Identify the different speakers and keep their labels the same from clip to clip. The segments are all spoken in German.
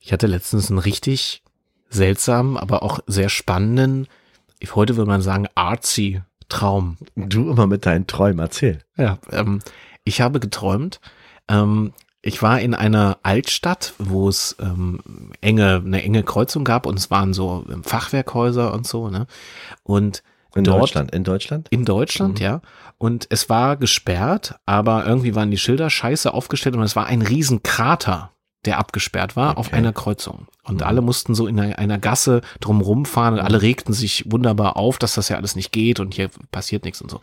Speaker 1: Ich hatte letztens einen richtig seltsamen, aber auch sehr spannenden, ich heute würde man sagen, artsy Traum.
Speaker 2: Du immer mit deinen Träumen, erzähl.
Speaker 1: Ja, ähm, ich habe geträumt. Ähm, ich war in einer Altstadt, wo es ähm, enge, eine enge Kreuzung gab und es waren so ähm, Fachwerkhäuser und so, ne? Und
Speaker 2: In
Speaker 1: Dort-
Speaker 2: Deutschland, in Deutschland?
Speaker 1: in Deutschland,
Speaker 2: Mhm.
Speaker 1: ja. Und es war gesperrt, aber irgendwie waren die Schilder scheiße aufgestellt und es war ein Riesenkrater, der abgesperrt war auf
Speaker 2: Okay.
Speaker 1: einer Kreuzung. Und
Speaker 2: Mhm.
Speaker 1: alle mussten so in einer, einer Gasse drumrum fahren und alle regten sich wunderbar auf, dass das ja alles nicht geht und hier passiert nichts und so.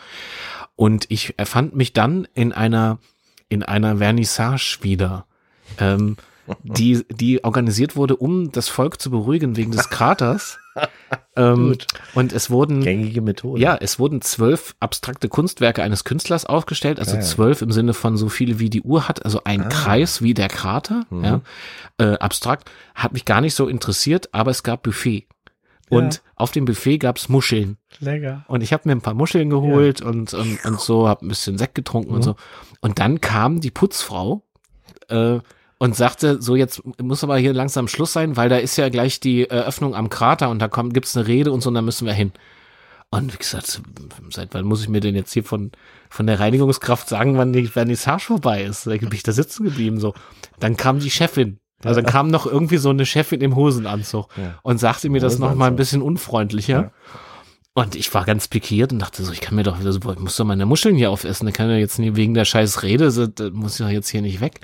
Speaker 1: Und ich erfand mich dann in einer, in einer Vernissage wieder. Ähm, die, die organisiert wurde, um das Volk zu beruhigen wegen des Kraters. ähm,
Speaker 2: Gut.
Speaker 1: und es wurden
Speaker 2: Gängige Methode.
Speaker 1: ja, es wurden zwölf abstrakte Kunstwerke eines Künstlers aufgestellt, also
Speaker 2: Geil.
Speaker 1: zwölf im Sinne von so viele wie die Uhr hat, also ein
Speaker 2: Ah.
Speaker 1: Kreis wie der Krater,
Speaker 2: Mhm.
Speaker 1: ja, äh, abstrakt, hat mich gar nicht so interessiert, aber es gab Buffet. Und
Speaker 2: Ja.
Speaker 1: auf dem Buffet gab's Muscheln.
Speaker 2: Lecker.
Speaker 1: Und ich habe mir ein paar Muscheln geholt und, und, und so, habe ein bisschen Sekt getrunken und
Speaker 2: Mhm.
Speaker 1: so. Und dann kam die Putzfrau äh, und sagte, so jetzt muss aber hier langsam Schluss sein, weil da ist ja gleich die Eröffnung am Krater und da kommt, gibt's eine Rede und so, und da müssen wir hin. Und wie gesagt, seit wann muss ich mir denn jetzt hier von, von der Reinigungskraft sagen, wann die Vernissage vorbei ist? Da bin ich da sitzen geblieben. So. Dann kam die Chefin. Also dann kam noch irgendwie so eine Chefin im Hosenanzug
Speaker 2: Ja.
Speaker 1: und sagte mir das noch mal ein bisschen unfreundlicher.
Speaker 2: Ja.
Speaker 1: Und ich war ganz pikiert und dachte so, ich kann mir doch, also, boah, ich muss doch meine Muscheln hier aufessen. Da kann ja jetzt nie wegen der scheiß Rede, so, da muss ich doch jetzt hier nicht weg.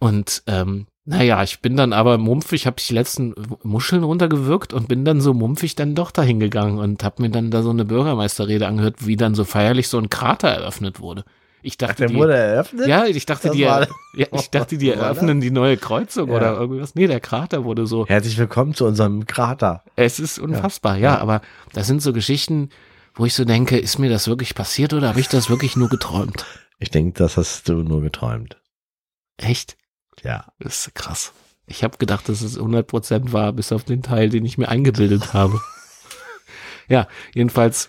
Speaker 1: Und ähm, naja, ich bin dann aber mumpfig, habe die letzten Muscheln runtergewürgt und bin dann so mumpfig dann doch dahin gegangen und habe mir dann da so eine Bürgermeisterrede angehört, wie dann so feierlich so ein Krater eröffnet wurde. Ich dachte,
Speaker 2: Der
Speaker 1: die-
Speaker 2: wurde eröffnet?
Speaker 1: ja, ich dachte,
Speaker 2: Das
Speaker 1: die,
Speaker 2: war-
Speaker 1: ja, ich dachte, die
Speaker 2: War das?
Speaker 1: eröffnen die neue Kreuzung
Speaker 2: Ja.
Speaker 1: oder irgendwas. Nee, der Krater wurde so.
Speaker 2: Herzlich willkommen zu unserem Krater.
Speaker 1: Es ist unfassbar, ja, aber das sind so Geschichten, wo ich so denke, ist mir das wirklich passiert oder habe ich das wirklich nur geträumt?
Speaker 2: Ich denke, das hast du nur geträumt.
Speaker 1: Echt?
Speaker 2: Ja.
Speaker 1: Das ist krass. Ich habe gedacht, dass es 100% war, bis auf den Teil, den ich mir eingebildet habe. ja, jedenfalls,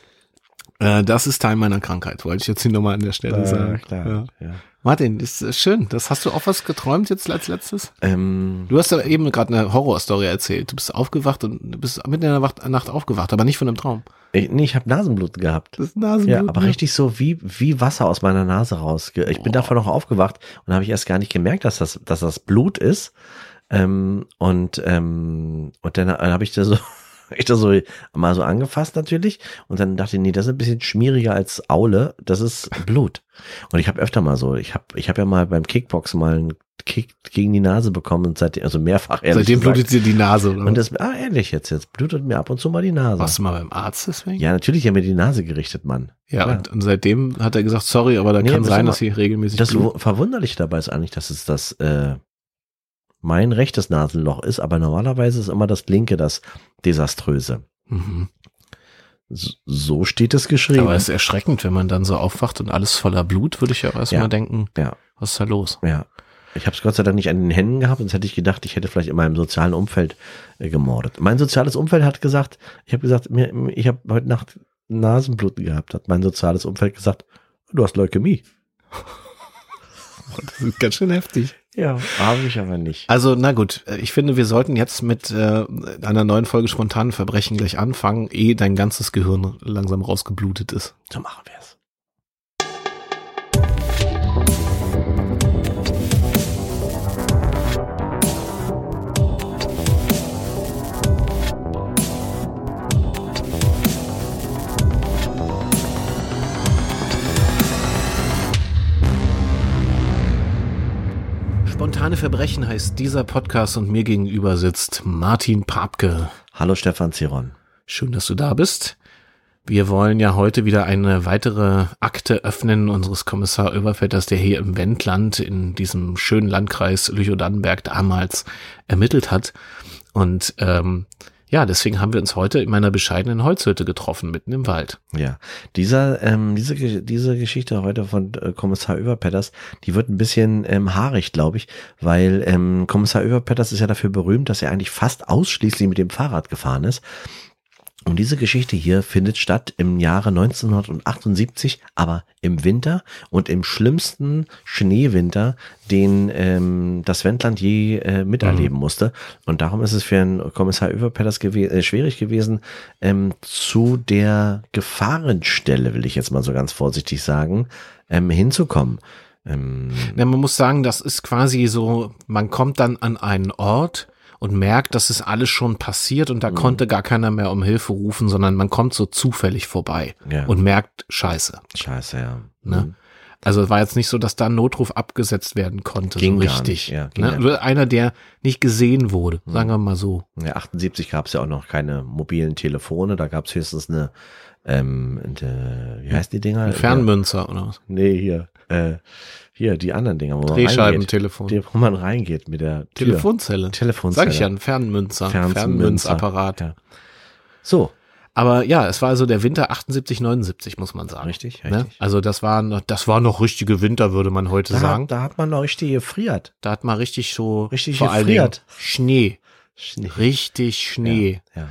Speaker 1: äh, das ist Teil meiner Krankheit, wollte ich jetzt hier nochmal an der Stelle
Speaker 2: Ja,
Speaker 1: sagen.
Speaker 2: klar.
Speaker 1: Ja.
Speaker 2: Ja.
Speaker 1: Martin, ist äh, schön. Das hast du auch was geträumt jetzt als letztes?
Speaker 2: Ähm,
Speaker 1: Du hast ja eben gerade eine Horrorstory erzählt. Du bist aufgewacht und du bist mitten in der Wacht- Nacht aufgewacht, aber nicht von einem Traum.
Speaker 2: ich, nee, ich habe Nasenblut gehabt.
Speaker 1: Das ist Nasenbluten.
Speaker 2: Ja, aber richtig so wie, wie Wasser aus meiner Nase raus. Ich bin davon noch aufgewacht und habe ich erst gar nicht gemerkt, dass das, dass das Blut ist. Ähm, und, ähm, und dann, dann habe ich da so, ich da so mal so angefasst natürlich. Und dann dachte ich, nee, das ist ein bisschen schmieriger als Aule. Das ist Blut. Und ich habe öfter mal so, ich habe ich hab ja mal beim Kickboxen mal einen Kick gegen die Nase bekommen und seitdem, also mehrfach ehrlich.
Speaker 1: Seitdem
Speaker 2: gesagt.
Speaker 1: blutet dir die Nase, oder?
Speaker 2: Und das, ah, ehrlich jetzt, jetzt blutet mir ab und zu mal die Nase.
Speaker 1: Warst du mal beim Arzt deswegen?
Speaker 2: Ja, natürlich haben mir die Nase gerichtet, Mann.
Speaker 1: Ja,
Speaker 2: Ja.
Speaker 1: Und, und seitdem hat er gesagt, sorry, aber da
Speaker 2: Nee,
Speaker 1: kann
Speaker 2: das
Speaker 1: sein,
Speaker 2: ist
Speaker 1: dass sie regelmäßig
Speaker 2: Das
Speaker 1: bluten.
Speaker 2: Wo- Verwunderliche dabei ist eigentlich, dass es das äh, mein rechtes Nasenloch ist, aber normalerweise ist immer das linke das desaströse.
Speaker 1: Mhm.
Speaker 2: S- So steht es geschrieben.
Speaker 1: Aber es ist erschreckend, wenn man dann so aufwacht und alles voller Blut, würde ich ja erstmal
Speaker 2: Ja.
Speaker 1: denken,
Speaker 2: Ja.
Speaker 1: was ist da los?
Speaker 2: ja. Ich habe es Gott sei Dank nicht an den Händen gehabt, sonst hätte ich gedacht, ich hätte vielleicht in meinem sozialen Umfeld äh, gemordet. Mein soziales Umfeld hat gesagt, ich habe gesagt, mir, ich habe heute Nacht Nasenbluten gehabt, hat mein soziales Umfeld gesagt, du hast Leukämie.
Speaker 1: Das ist ganz schön heftig.
Speaker 2: Ja, habe ich aber nicht.
Speaker 1: Also, na gut, äh, ich finde, wir sollten jetzt mit äh, einer neuen Folge spontanen Verbrechen gleich anfangen, ehe dein ganzes Gehirn langsam rausgeblutet ist.
Speaker 2: So machen wir es.
Speaker 1: Spontane Verbrechen heißt dieser Podcast und mir gegenüber sitzt Martin Papke.
Speaker 2: Hallo Stefan Ziron.
Speaker 1: Schön, dass du da bist. Wir wollen ja heute wieder eine weitere Akte öffnen unseres Kommissar Oberfelders, der hier im Wendland in diesem schönen Landkreis Lüchow-Dannenberg damals ermittelt hat. Und ähm, ja, deswegen haben wir uns heute in meiner bescheidenen Holzhütte getroffen, mitten im Wald.
Speaker 2: Ja, dieser, ähm, diese, Ge- diese Geschichte heute von äh, Kommissar Überpetters, die wird ein bisschen ähm, haarig, glaube ich, weil ähm, Kommissar Überpetters ist ja dafür berühmt, dass er eigentlich fast ausschließlich mit dem Fahrrad gefahren ist. Und diese Geschichte hier findet statt im Jahre 1978, aber im Winter und im schlimmsten Schneewinter, den ähm, das Wendland je äh, miterleben musste. Und darum ist es für Herrn Kommissar Überpellers gewe äh, schwierig gewesen, ähm, zu der Gefahrenstelle, will ich jetzt mal so ganz vorsichtig sagen, ähm, hinzukommen. Ähm,
Speaker 1: Ja, man muss sagen, das ist quasi so, man kommt dann an einen Ort und merkt, dass es alles schon passiert und da konnte gar keiner mehr um Hilfe rufen, sondern man kommt so zufällig vorbei
Speaker 2: ja,
Speaker 1: und merkt Scheiße.
Speaker 2: scheiße, ja.
Speaker 1: Ne? Also es war jetzt nicht so, dass da ein Notruf abgesetzt werden konnte,
Speaker 2: Ging
Speaker 1: so
Speaker 2: gar
Speaker 1: richtig.
Speaker 2: nicht, Mhm. ja, ging
Speaker 1: ne? Nur Einer, der nicht gesehen wurde, sagen wir mal so.
Speaker 2: Ja, 78 gab es ja auch noch keine mobilen Telefone, da gab es höchstens eine, ähm, eine, wie heißt die Dinger?
Speaker 1: Ein Fernmünzer oder was?
Speaker 2: Nee, hier. Äh, hier, die anderen Dinger, wo man reingeht.
Speaker 1: Drehscheibentelefon.
Speaker 2: Die, wo man reingeht mit der Tür.
Speaker 1: Telefonzelle.
Speaker 2: Telefonzelle.
Speaker 1: Sag ich ja, ein Fernmünzer.
Speaker 2: Fernmünzer.
Speaker 1: Fernmünzapparat.
Speaker 2: Ja. So,
Speaker 1: Aber ja, es war also der Winter 78, 79, muss man sagen.
Speaker 2: richtig,
Speaker 1: Ne?
Speaker 2: richtig.
Speaker 1: Also das waren, noch- das waren noch richtige Winter, würde man heute
Speaker 2: Da,
Speaker 1: sagen.
Speaker 2: hat- da hat man noch richtig gefriert.
Speaker 1: Da hat man richtig so
Speaker 2: Richtig
Speaker 1: vor allen Dingen
Speaker 2: gefriert.
Speaker 1: Schnee,
Speaker 2: Schnee.
Speaker 1: richtig Schnee.
Speaker 2: Ja.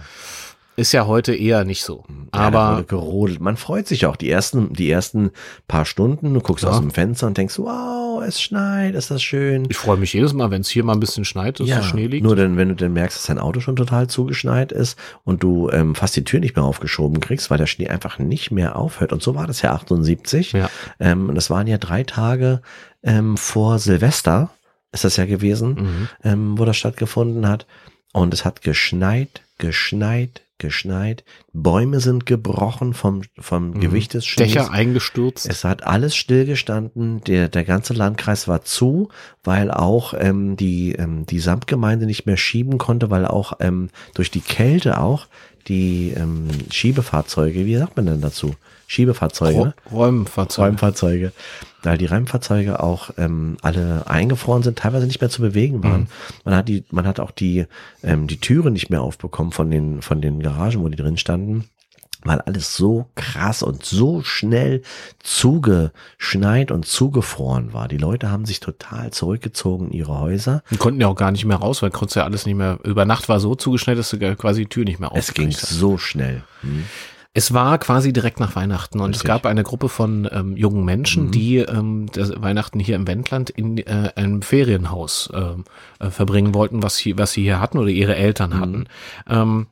Speaker 1: Ist ja heute eher nicht so.
Speaker 2: ja, da
Speaker 1: Aber
Speaker 2: wurde gerodelt. Man freut sich auch. Die ersten, die ersten paar Stunden, du guckst
Speaker 1: Ja.
Speaker 2: aus dem Fenster und denkst, wow, es schneit, ist das schön.
Speaker 1: ich freue mich jedes Mal, wenn es hier mal ein bisschen schneit, dass der Schnee liegt.
Speaker 2: Nur dann, wenn du dann merkst, dass dein Auto schon total zugeschneit ist und du ähm, fast die Tür nicht mehr aufgeschoben kriegst, weil der Schnee einfach nicht mehr aufhört. Und so war das ja 78.
Speaker 1: Ja.
Speaker 2: Ähm, und das waren ja drei Tage ähm, vor Silvester, ist das ja gewesen,
Speaker 1: Mhm.
Speaker 2: ähm, wo das stattgefunden hat. Und es hat geschneit, geschneit, geschneit. Bäume sind gebrochen vom, vom
Speaker 1: Mhm.
Speaker 2: Gewicht des Schnees.
Speaker 1: Dächer eingestürzt.
Speaker 2: Es hat alles stillgestanden, der, der ganze Landkreis war zu, weil auch ähm, die, ähm, die Samtgemeinde nicht mehr schieben konnte, weil auch ähm, durch die Kälte auch die ähm, Schiebefahrzeuge, wie sagt man denn dazu? Schiebefahrzeuge, ne?
Speaker 1: Räumfahrzeug.
Speaker 2: Reimfahrzeuge, da die Reimfahrzeuge auch ähm, alle eingefroren sind, teilweise nicht mehr zu bewegen waren. Man hat die, man hat auch die ähm, die Türen nicht mehr aufbekommen von den von den Garagen, wo die drin standen, weil alles so krass und so schnell zugeschneit und zugefroren war. Die Leute haben sich total zurückgezogen in ihre Häuser.
Speaker 1: Die konnten ja auch gar nicht mehr raus, weil konntest ja alles nicht mehr, über Nacht war so zugeschnellt, dass du gar- quasi die Tür nicht mehr
Speaker 2: Es ging
Speaker 1: aufkriegst.
Speaker 2: so schnell. Hm.
Speaker 1: Es war quasi direkt nach Weihnachten und es
Speaker 2: Richtig.
Speaker 1: gab eine Gruppe von ähm, jungen Menschen,
Speaker 2: Mhm.
Speaker 1: die ähm, das Weihnachten hier im Wendland in äh, einem Ferienhaus ähm, äh, verbringen wollten, was sie, was sie hier hatten oder ihre
Speaker 2: Mhm.
Speaker 1: Eltern hatten. Ähm,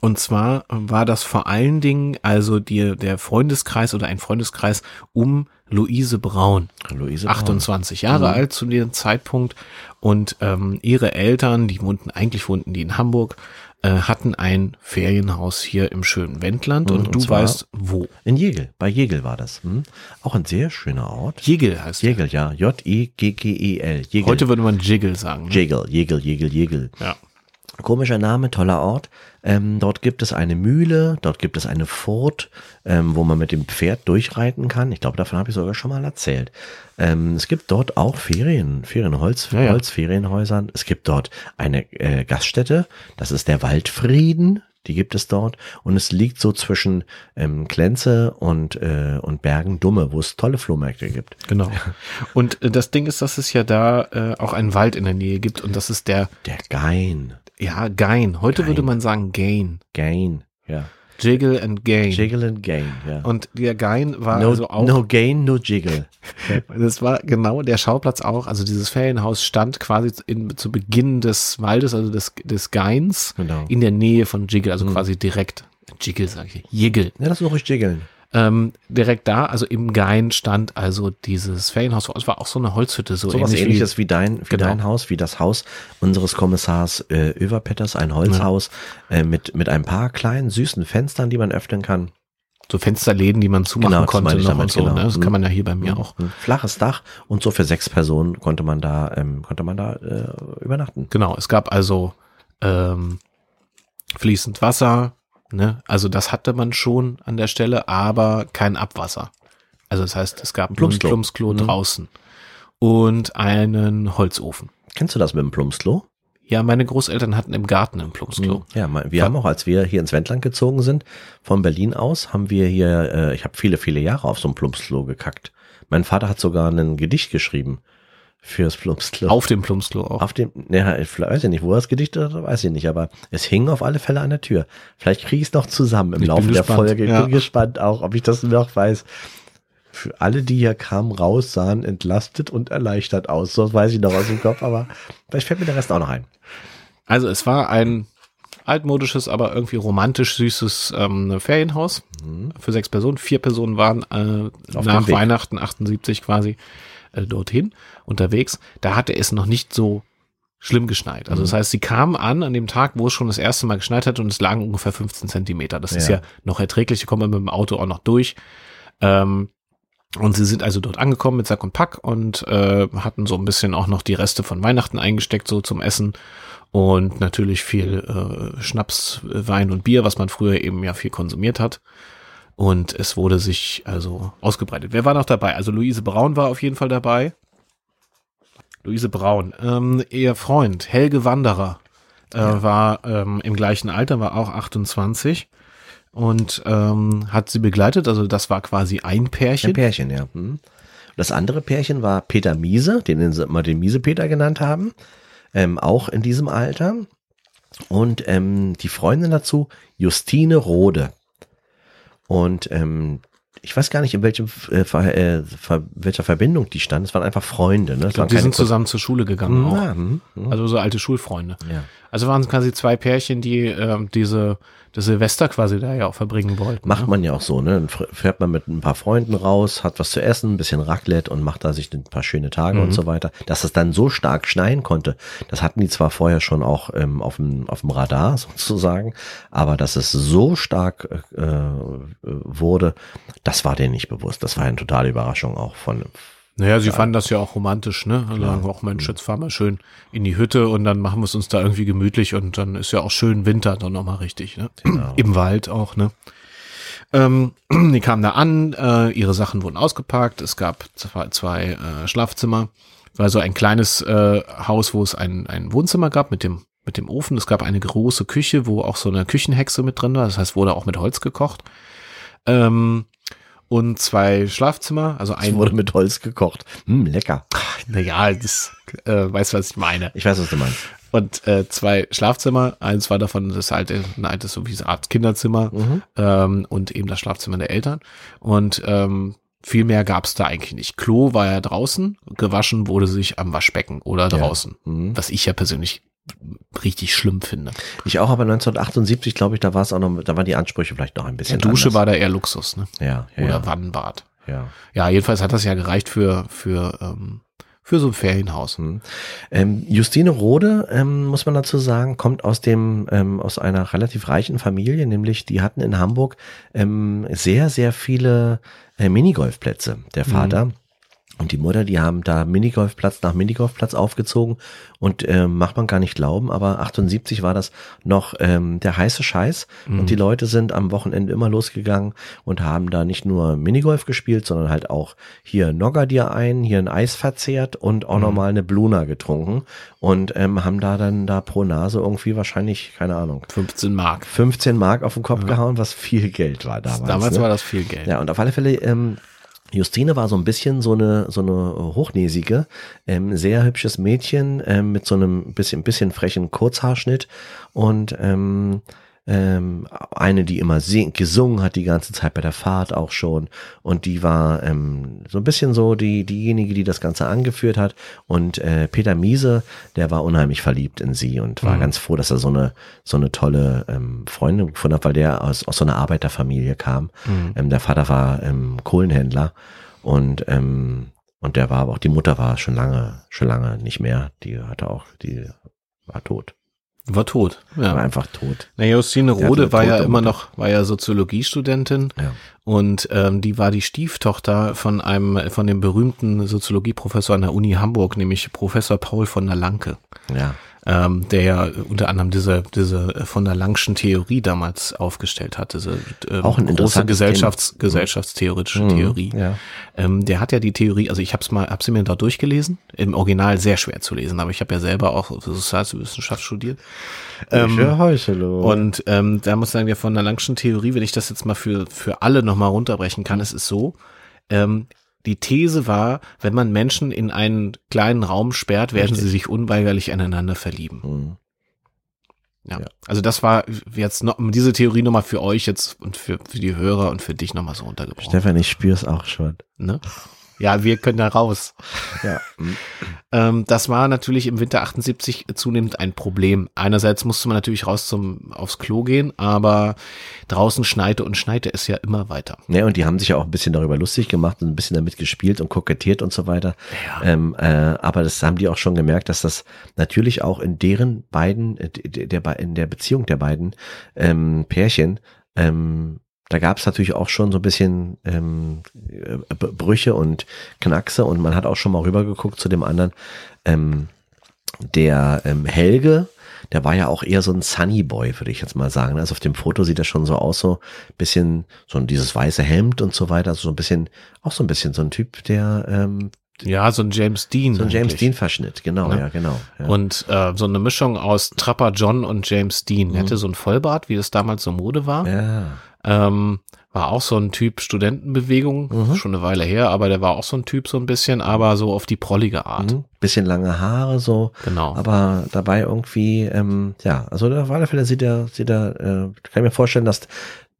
Speaker 1: und zwar war das vor allen Dingen also die, der Freundeskreis oder ein Freundeskreis um Luise Braun.
Speaker 2: Luise Braun.
Speaker 1: 28 Jahre
Speaker 2: Mhm.
Speaker 1: alt zu dem Zeitpunkt und ähm, ihre Eltern, die wohnten eigentlich wohnten die in Hamburg, äh, hatten ein Ferienhaus hier im schönen Wendland und,
Speaker 2: Mhm, und
Speaker 1: du
Speaker 2: zwar-
Speaker 1: weißt wo.
Speaker 2: In Jegel, bei Jegel war das. Hm. Auch ein sehr schöner Ort.
Speaker 1: Jegel heißt
Speaker 2: Jegel, ja. J-E-G-G-E-L. Jegel.
Speaker 1: Heute würde man Jiggle sagen. ne?
Speaker 2: Jegel, Jegel, Jegel, Jegel.
Speaker 1: ja.
Speaker 2: Komischer Name, toller Ort. Ähm, dort gibt es eine Mühle, dort gibt es eine Furt, ähm, wo man mit dem Pferd durchreiten kann. Ich glaube, davon habe ich sogar schon mal erzählt. Ähm, es gibt dort auch Ferien, Ferienholz,
Speaker 1: Ja, ja.
Speaker 2: Holzferienhäusern. Es gibt dort eine äh, Gaststätte, das ist der Waldfrieden. Die gibt es dort und es liegt so zwischen ähm, Klenze und, äh, und Bergen Dumme, wo es tolle Flohmärkte gibt.
Speaker 1: Genau. Und äh, das Ding ist, dass es ja da äh, auch einen Wald in der Nähe gibt und das ist der,
Speaker 2: Der Gain.
Speaker 1: ja, Gain. Heute würde man sagen Gain.
Speaker 2: Gain. Ja.
Speaker 1: Jiggle and Gain.
Speaker 2: Jiggle and Gain, ja.
Speaker 1: Und der Gain war
Speaker 2: no,
Speaker 1: also auch
Speaker 2: no gain, no jiggle.
Speaker 1: Das war genau der Schauplatz auch. Also dieses Ferienhaus stand quasi in, zu Beginn des Waldes, also des, des Gains,
Speaker 2: Genau.
Speaker 1: in der Nähe von Jiggle,
Speaker 2: Mhm.
Speaker 1: also quasi direkt. Jiggle sage ich. Jiggle.
Speaker 2: Ja, lass uns ruhig jiggeln.
Speaker 1: Ähm, direkt da, also im Gain stand also dieses Ferienhaus. Es war auch so eine Holzhütte, so
Speaker 2: Sowas
Speaker 1: ähnlich wie-
Speaker 2: ähnliches wie, dein, wie
Speaker 1: Genau.
Speaker 2: dein Haus, wie das Haus unseres Kommissars äh, Överpetters, ein Holzhaus äh, mit, mit ein paar kleinen, süßen Fenstern, die man öffnen kann.
Speaker 1: so Fensterläden, die man zumachen
Speaker 2: Genau, das
Speaker 1: konnte
Speaker 2: meine ich
Speaker 1: noch
Speaker 2: damit,
Speaker 1: und so.
Speaker 2: genau.
Speaker 1: Ne? Das
Speaker 2: Mhm.
Speaker 1: kann man ja hier bei mir auch.
Speaker 2: Ein flaches Dach und so für sechs Personen konnte man da, ähm, konnte man da äh, übernachten.
Speaker 1: Genau, es gab also ähm, fließend Wasser, ne? also das hatte man schon an der Stelle, aber kein Abwasser. Also das heißt, es gab nur ein
Speaker 2: Plumpsklo.
Speaker 1: Plumpsklo
Speaker 2: Mhm.
Speaker 1: draußen und einen Holzofen.
Speaker 2: Kennst du das mit dem Plumpsklo?
Speaker 1: Ja, meine Großeltern hatten im Garten ein Plumpsklo.
Speaker 2: Ja, mein- wir haben auch, als wir hier ins Wendland gezogen sind, von Berlin aus, haben wir hier, äh, ich habe viele, viele Jahre auf so einem Plumpsklo gekackt. Mein Vater hat sogar ein Gedicht geschrieben Fürs Plumpsklo.
Speaker 1: Auf dem Plumpsklo auch.
Speaker 2: Auf dem, naja, ich weiß ja nicht, wo er es gedichtet hat, weiß ich nicht, aber es hing auf alle Fälle an der Tür. Vielleicht kriege ich es noch zusammen im
Speaker 1: Ich bin
Speaker 2: Laufe der
Speaker 1: gespannt,
Speaker 2: Folge. Ich
Speaker 1: ja.
Speaker 2: bin gespannt auch, ob ich das noch weiß. Für alle, die hier kamen, raus, sahen entlastet und erleichtert aus. So weiß ich noch aus dem Kopf, aber vielleicht fällt mir der Rest auch noch ein.
Speaker 1: Also es war ein altmodisches, aber irgendwie romantisch süßes ähm, Ferienhaus für sechs Personen. Vier Personen waren äh,
Speaker 2: Mhm. Auf
Speaker 1: nach
Speaker 2: dem Weg.
Speaker 1: Weihnachten 78 quasi äh, dorthin unterwegs. Da hatte es noch nicht so schlimm geschneit. Also das heißt, sie kamen an an dem Tag, wo es schon das erste Mal geschneit hat und es lagen ungefähr 15 Zentimeter. Das ist
Speaker 2: Ja.
Speaker 1: ja noch erträglich. Sie kommen mit dem Auto auch noch durch. Ähm, und sie sind also dort angekommen mit Sack und Pack und äh, hatten so ein bisschen auch noch die Reste von Weihnachten eingesteckt, so zum Essen. Und natürlich viel äh, Schnaps, äh, Wein und Bier, was man früher eben ja viel konsumiert hat. Und es wurde sich also ausgebreitet. Wer war noch dabei? Also Luise Braun war auf jeden Fall dabei. Luise Braun, ähm, ihr Freund Helge Wanderer äh, war ähm, im gleichen Alter, war auch 28 und ähm, hat sie begleitet. Also das war quasi ein Pärchen.
Speaker 2: Ein Pärchen, ja. Mhm. Das andere Pärchen war Peter Miese, den sie immer den Miese-Peter genannt haben, ähm, auch in diesem Alter. Und ähm, die Freundin dazu, Justine Rode. Und ähm, ich weiß gar nicht, in welchem, äh, Ver, äh, Ver, welcher Verbindung die standen. Es waren einfach Freunde. Ne? Es waren
Speaker 1: Und die
Speaker 2: keine
Speaker 1: sind zusammen zur Schule gegangen
Speaker 2: Kur-
Speaker 1: auch.
Speaker 2: Ja, mhm, mhm.
Speaker 1: Also so alte Schulfreunde.
Speaker 2: ja.
Speaker 1: Also waren es quasi zwei Pärchen, die ähm, diese das Silvester quasi da ja auch verbringen wollten.
Speaker 2: Macht man ja auch so, ne? Dann fr- fährt man mit ein paar Freunden raus, hat was zu essen, ein bisschen Raclette und macht da sich ein paar schöne Tage
Speaker 1: Mhm.
Speaker 2: und so weiter. Dass es dann so stark schneien konnte, das hatten die zwar vorher schon auch ähm, auf, dem, auf dem Radar sozusagen, aber dass es so stark äh, äh, wurde, das war denen nicht bewusst. Das war eine totale Überraschung auch von.
Speaker 1: Naja, sie fanden das ja auch romantisch, ne? Und sagen, auch
Speaker 2: Mhm.
Speaker 1: Mensch, jetzt fahren wir schön in die Hütte und dann machen wir es uns da irgendwie gemütlich und dann ist ja auch schön Winter dann nochmal richtig, ne?
Speaker 2: Genau.
Speaker 1: Im Wald auch, ne? Ähm, die kamen da an, äh, ihre Sachen wurden ausgepackt, es gab zwei, zwei äh, Schlafzimmer, es war so ein kleines äh, Haus, wo es ein, ein Wohnzimmer gab mit dem, mit dem Ofen, es gab eine große Küche, wo auch so eine Küchenhexe mit drin war, das heißt, wurde auch mit Holz gekocht. Ähm, und zwei Schlafzimmer, also
Speaker 2: Es
Speaker 1: ein
Speaker 2: wurde mit Holz gekocht. Hm, lecker.
Speaker 1: naja, das äh, weißt du, was ich meine.
Speaker 2: Ich weiß, was du meinst.
Speaker 1: Und äh, zwei Schlafzimmer, eins war davon das alte, ein altes, so wie so eine Art Kinderzimmer
Speaker 2: Mhm.
Speaker 1: ähm, und eben das Schlafzimmer der Eltern. Und ähm, viel mehr gab es da eigentlich nicht. Klo war ja draußen, gewaschen wurde sich am Waschbecken oder draußen.
Speaker 2: Mhm.
Speaker 1: Was ich ja persönlich richtig schlimm finde.
Speaker 2: Ich auch, aber 1978, glaube ich, da war es auch noch, da waren die Ansprüche vielleicht noch ein bisschen.
Speaker 1: Dusche
Speaker 2: anders.
Speaker 1: war da eher Luxus, ne?
Speaker 2: Ja, ja,
Speaker 1: Oder
Speaker 2: ja,
Speaker 1: Wannenbad.
Speaker 2: ja.
Speaker 1: Ja, jedenfalls hat das ja gereicht für, für, ähm, für so ein Ferienhaus.
Speaker 2: Hm. Ähm, Justine Rode, ähm, muss man dazu sagen, kommt aus dem, ähm, aus einer relativ reichen Familie, nämlich die hatten in Hamburg ähm, sehr, sehr viele äh, Minigolfplätze, der Vater. Und die Mutter, die haben da Minigolfplatz nach Minigolfplatz aufgezogen und ähm, macht man gar nicht glauben, aber 78 war das noch ähm, der heiße Scheiß
Speaker 1: Mhm.
Speaker 2: und die Leute sind am Wochenende immer losgegangen und haben da nicht nur Minigolf gespielt, sondern halt auch hier Noggerdir ein, hier ein Eis verzehrt und
Speaker 1: Mhm.
Speaker 2: auch nochmal eine Bluna getrunken und ähm, haben da dann da pro Nase irgendwie wahrscheinlich, keine Ahnung,
Speaker 1: 15 Mark.
Speaker 2: 15 Mark auf den Kopf gehauen, was viel Geld war damals.
Speaker 1: Damals
Speaker 2: ne?
Speaker 1: war das viel Geld.
Speaker 2: Ja, und auf alle Fälle, ähm, Justine war so ein bisschen so eine, so eine hochnäsige, ähm, sehr hübsches Mädchen ähm, mit so einem bisschen, bisschen frechen Kurzhaarschnitt und ähm, ähm, eine, die immer sing gesungen hat die ganze Zeit bei der Fahrt auch schon und die war ähm, so ein bisschen so die, diejenige, die das Ganze angeführt hat und äh, Peter Miese, der war unheimlich verliebt in sie und war ganz froh, dass er so eine, so eine tolle ähm, Freundin gefunden hat, weil der aus, aus so einer Arbeiterfamilie kam.
Speaker 1: Mhm.
Speaker 2: Ähm, der Vater war ähm, Kohlenhändler und ähm, und der war aber auch, die Mutter war schon lange, schon lange nicht mehr. Die hatte auch, die war tot.
Speaker 1: War tot. Ja.
Speaker 2: War einfach tot.
Speaker 1: Na, Justine
Speaker 2: hatte
Speaker 1: Rode
Speaker 2: eine
Speaker 1: war ja
Speaker 2: tote
Speaker 1: immer
Speaker 2: Mutter.
Speaker 1: noch, war ja Soziologiestudentin
Speaker 2: Ja.
Speaker 1: und ähm, die war die Stieftochter von einem, von dem berühmten Soziologieprofessor an der Uni Hamburg, nämlich Professor Paul von der Lanke,
Speaker 2: Ja.
Speaker 1: ähm, der ja unter anderem diese, diese von der Langschen Theorie damals aufgestellt hat, diese ähm,
Speaker 2: Auch ein
Speaker 1: große
Speaker 2: interessantes Mhm.
Speaker 1: Gesellschafts-, gesellschaftstheoretische Theorie.
Speaker 2: Ja.
Speaker 1: Ähm, der hat ja die Theorie, also ich habe mal, hab sie mir da durchgelesen, im Original sehr schwer zu lesen, aber ich habe ja selber auch Sozialwissenschaft studiert. Ähm,
Speaker 2: Und
Speaker 1: Und ähm, da muss ich sagen, der von der Langschen Theorie, wenn ich das jetzt mal für, für alle nochmal runterbrechen kann, es ist so, ähm, die These war, wenn man Menschen in einen kleinen Raum sperrt, werden
Speaker 2: Richtig.
Speaker 1: sie sich unweigerlich aneinander verlieben.
Speaker 2: Mhm.
Speaker 1: Ja.
Speaker 2: Ja.
Speaker 1: Also das war jetzt noch diese Theorie nochmal für euch jetzt und für, für die Hörer und für dich nochmal so runtergebrochen.
Speaker 2: Stefan, ich spüre es auch schon.
Speaker 1: Ne? Ja, wir können da raus.
Speaker 2: Ja.
Speaker 1: Ähm, das war natürlich im Winter 78 zunehmend ein Problem. Einerseits musste man natürlich raus zum aufs Klo gehen, aber draußen schneite und schneite es ja immer weiter.
Speaker 2: Ne, und die haben sich ja auch ein bisschen darüber lustig gemacht und ein bisschen damit gespielt und kokettiert und so weiter. Ähm, äh, aber das haben die auch schon gemerkt, dass das natürlich auch in deren beiden, äh, der, der, bei- in der Beziehung der beiden ähm, Pärchen, ähm, da gab es natürlich auch schon so ein bisschen ähm, äh, B- Brüche und Knackse und man hat auch schon mal rübergeguckt zu dem anderen. Ähm, der ähm, Helge, der war ja auch eher so ein Sunny Boy, würde ich jetzt mal sagen. Also auf dem Foto sieht er schon so aus, so ein bisschen so ein- dieses weiße Hemd und so weiter, also so ein bisschen, auch so ein bisschen so ein Typ, der ähm,
Speaker 1: Ja, so ein James Dean.
Speaker 2: so ein James
Speaker 1: eigentlich.
Speaker 2: Dean Verschnitt, genau,
Speaker 1: Ja.
Speaker 2: ja, genau. Ja.
Speaker 1: Und äh, so eine Mischung aus Trapper John und James Dean. Er
Speaker 2: Mhm.
Speaker 1: hatte so ein Vollbart, wie es damals so Mode war.
Speaker 2: ja.
Speaker 1: Ähm, war auch so ein Typ Studentenbewegung,
Speaker 2: Mhm.
Speaker 1: schon eine Weile her, aber der war auch so ein Typ so ein bisschen, aber so auf die prollige Art.
Speaker 2: Mhm. Bisschen lange Haare so,
Speaker 1: Genau.
Speaker 2: aber dabei irgendwie, ähm, ja, also da war dafür, sieht er, sieht er, äh, kann ich mir vorstellen, dass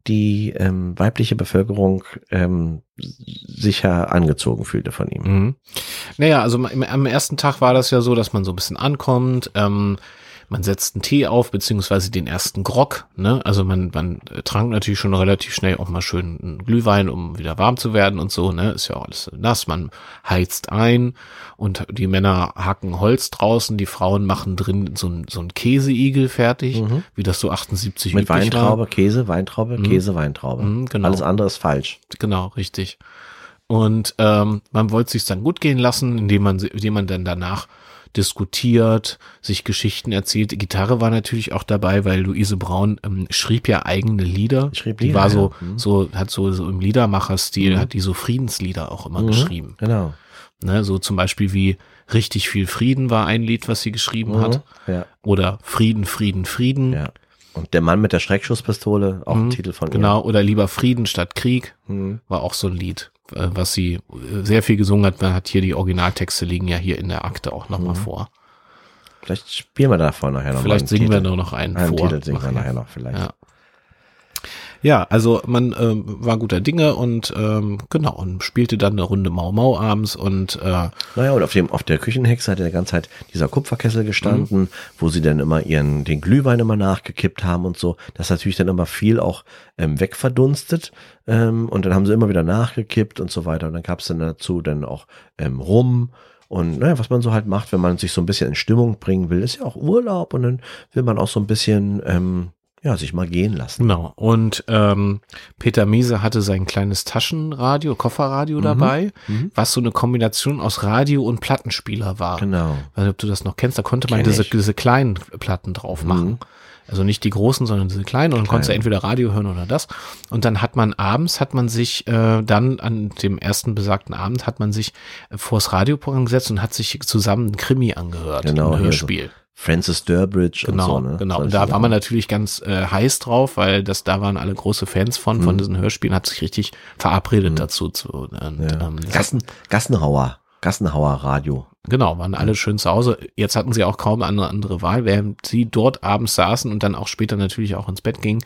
Speaker 2: die ähm, weibliche Bevölkerung ähm, sicher angezogen fühlte von ihm.
Speaker 1: Mhm. Naja, also am- am ersten Tag war das ja so, dass man so ein bisschen ankommt. Ähm, man setzt einen Tee auf, beziehungsweise den ersten Grog. Ne? Also man, man äh, trank natürlich schon relativ schnell auch mal schön einen Glühwein, um wieder warm zu werden und so. Ne? Ist ja auch alles nass. Man heizt ein und die Männer hacken Holz draußen, die Frauen machen drin so einen so einen Käseigel fertig,
Speaker 2: Mhm.
Speaker 1: wie das so 78
Speaker 2: Mit
Speaker 1: üblich war.
Speaker 2: Weintraube, Käse, Weintraube, Käse, Weintraube.
Speaker 1: Mhm, genau.
Speaker 2: Alles andere ist falsch.
Speaker 1: Genau, richtig. Und ähm, man wollte sich's dann gut gehen lassen, indem man, indem man dann danach diskutiert, sich Geschichten erzählt. Die Gitarre war natürlich auch dabei, weil Luise Braun ähm, schrieb ja eigene Lieder.
Speaker 2: Schrieb
Speaker 1: die
Speaker 2: Lieder,
Speaker 1: war so,
Speaker 2: ja. Mhm.
Speaker 1: so hat so, so im Liedermacherstil
Speaker 2: Mhm.
Speaker 1: hat die so Friedenslieder auch immer Mhm. geschrieben.
Speaker 2: Genau.
Speaker 1: Ne? So zum Beispiel wie richtig viel Frieden war ein Lied, was sie geschrieben Mhm. hat.
Speaker 2: Ja,
Speaker 1: Oder Frieden, Frieden, Frieden.
Speaker 2: Mhm. ja. Und der Mann mit der Schreckschusspistole, auch
Speaker 1: Mhm,
Speaker 2: ein Titel von
Speaker 1: Genau. Oder lieber Frieden statt Krieg.
Speaker 2: ihr. Mhm.
Speaker 1: war auch so ein Lied, äh, was sie äh, sehr viel gesungen hat. Man hat hier die Originaltexte liegen ja hier in der Akte auch nochmal
Speaker 2: Mhm.
Speaker 1: vor.
Speaker 2: Vielleicht spielen wir davor nachher noch
Speaker 1: Vielleicht
Speaker 2: mal
Speaker 1: singen wir
Speaker 2: Titel.
Speaker 1: nur noch einen
Speaker 2: einen
Speaker 1: vor.
Speaker 2: Titel singen wir nachher noch vielleicht.
Speaker 1: Ja. Ja, also man ähm, war guter Dinge und ähm, genau und spielte dann eine Runde Mau Mau abends und äh,
Speaker 2: Naja, und auf, dem, auf der Küchenhexe hat ja die ganze Zeit dieser Kupferkessel gestanden,
Speaker 1: Mhm.
Speaker 2: wo sie dann immer ihren, den Glühwein immer nachgekippt haben und so. Das ist natürlich dann immer viel auch ähm, wegverdunstet. Ähm, und dann haben sie immer wieder nachgekippt und so weiter. Und dann gab es dann dazu dann auch ähm, Rum. Und naja, was man so halt macht, wenn man sich so ein bisschen in Stimmung bringen will, ist ja auch Urlaub. Und dann will man auch so ein bisschen, ähm, ja, sich mal gehen lassen.
Speaker 1: genau und ähm, Peter Miese hatte sein kleines Taschenradio,
Speaker 2: Mhm.
Speaker 1: Kofferradio dabei, was so eine Kombination aus Radio und Plattenspieler war.
Speaker 2: Genau.
Speaker 1: weiß nicht, ob du das noch kennst, da konnte man
Speaker 2: Kenn
Speaker 1: diese,
Speaker 2: ich. Mhm.
Speaker 1: diese kleinen Platten drauf machen. Also nicht die großen, sondern diese kleinen. Und dann konntest du
Speaker 2: Kleinen.
Speaker 1: entweder Radio hören oder das. Und dann hat man abends, hat man sich äh, dann an dem ersten besagten Abend, hat man sich äh, vors Radioprogramm gesetzt und hat sich zusammen ein Krimi angehört,
Speaker 2: Genau,
Speaker 1: ein
Speaker 2: hier so.
Speaker 1: Hörspiel.
Speaker 2: Francis Durbridge
Speaker 1: Genau,
Speaker 2: und so, ne?
Speaker 1: genau. Und
Speaker 2: Solche
Speaker 1: da war
Speaker 2: Sachen.
Speaker 1: man natürlich ganz äh, heiß drauf, weil das da waren alle große Fans von,
Speaker 2: Mhm.
Speaker 1: von diesen Hörspielen, hat sich richtig verabredet dazu. Zu, und, ähm, das
Speaker 2: Gassen, Gassenhauer. Gassenhauer Radio.
Speaker 1: Genau, waren alle schön zu Hause. Jetzt hatten sie auch kaum eine andere Wahl, während sie dort abends saßen und dann auch später natürlich auch ins Bett gingen.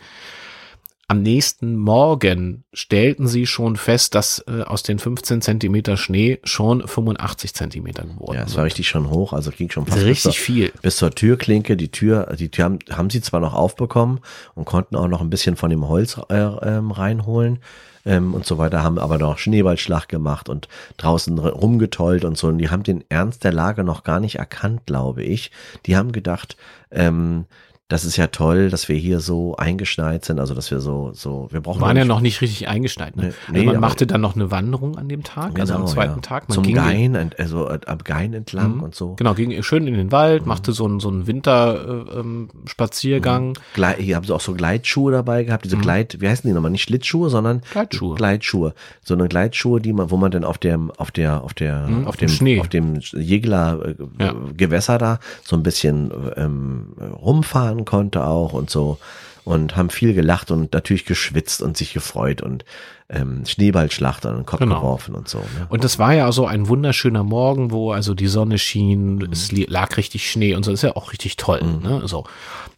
Speaker 1: Am nächsten Morgen stellten sie schon fest, dass äh, aus den 15 Zentimeter Schnee schon 85 Zentimeter geworden
Speaker 2: Ja, es war
Speaker 1: sind.
Speaker 2: richtig schon hoch, also ging schon
Speaker 1: Das
Speaker 2: fast
Speaker 1: ist
Speaker 2: bis,
Speaker 1: richtig
Speaker 2: zur,
Speaker 1: viel.
Speaker 2: bis zur Türklinke. Die Tür, die Tür haben, haben sie zwar noch aufbekommen und konnten auch noch ein bisschen von dem Holz äh, ähm, reinholen ähm, und so weiter, haben aber noch Schneeballschlag gemacht und draußen r- rumgetollt und so. Und die haben den Ernst der Lage noch gar nicht erkannt, glaube ich. Die haben gedacht, ähm, das ist ja toll, dass wir hier so eingeschneit sind, also dass wir so, so, wir brauchen
Speaker 1: Waren
Speaker 2: nicht-
Speaker 1: ja noch nicht richtig eingeschneit. Ne?
Speaker 2: Nee,
Speaker 1: also
Speaker 2: nee,
Speaker 1: man
Speaker 2: aber-
Speaker 1: machte dann noch eine Wanderung an dem Tag, also am
Speaker 2: Genau,
Speaker 1: zweiten
Speaker 2: ja.
Speaker 1: Tag. Man
Speaker 2: zum
Speaker 1: ging
Speaker 2: Gein, ent- also äh, am Gein entlang
Speaker 1: Mhm.
Speaker 2: und so. Mhm.
Speaker 1: Genau, ging schön in den Wald, machte so einen, so einen Winterspaziergang. Äh, ähm, Spaziergang.
Speaker 2: Glei- Hier haben sie auch so Gleitschuhe dabei gehabt, diese Gleit, wie heißen die nochmal? Nicht Schlittschuhe, sondern
Speaker 1: Mhm. Gleitschuhe.
Speaker 2: Gleitschuhe. So eine Gleitschuhe, die man, wo man dann auf dem, auf der, auf der,
Speaker 1: Mhm, auf dem Schnee.
Speaker 2: auf dem Jägler äh,
Speaker 1: Ja.
Speaker 2: Gewässer da so ein bisschen ähm, rumfahren konnte auch und so. und haben viel gelacht und natürlich geschwitzt und sich gefreut und ähm, Schneeballschlacht an den Kopf
Speaker 1: Genau.
Speaker 2: geworfen und so. Ne?
Speaker 1: Und das war ja so ein wunderschöner Morgen, wo also die Sonne schien, es li- lag richtig Schnee und so, das ist ja auch richtig toll. Ne? So.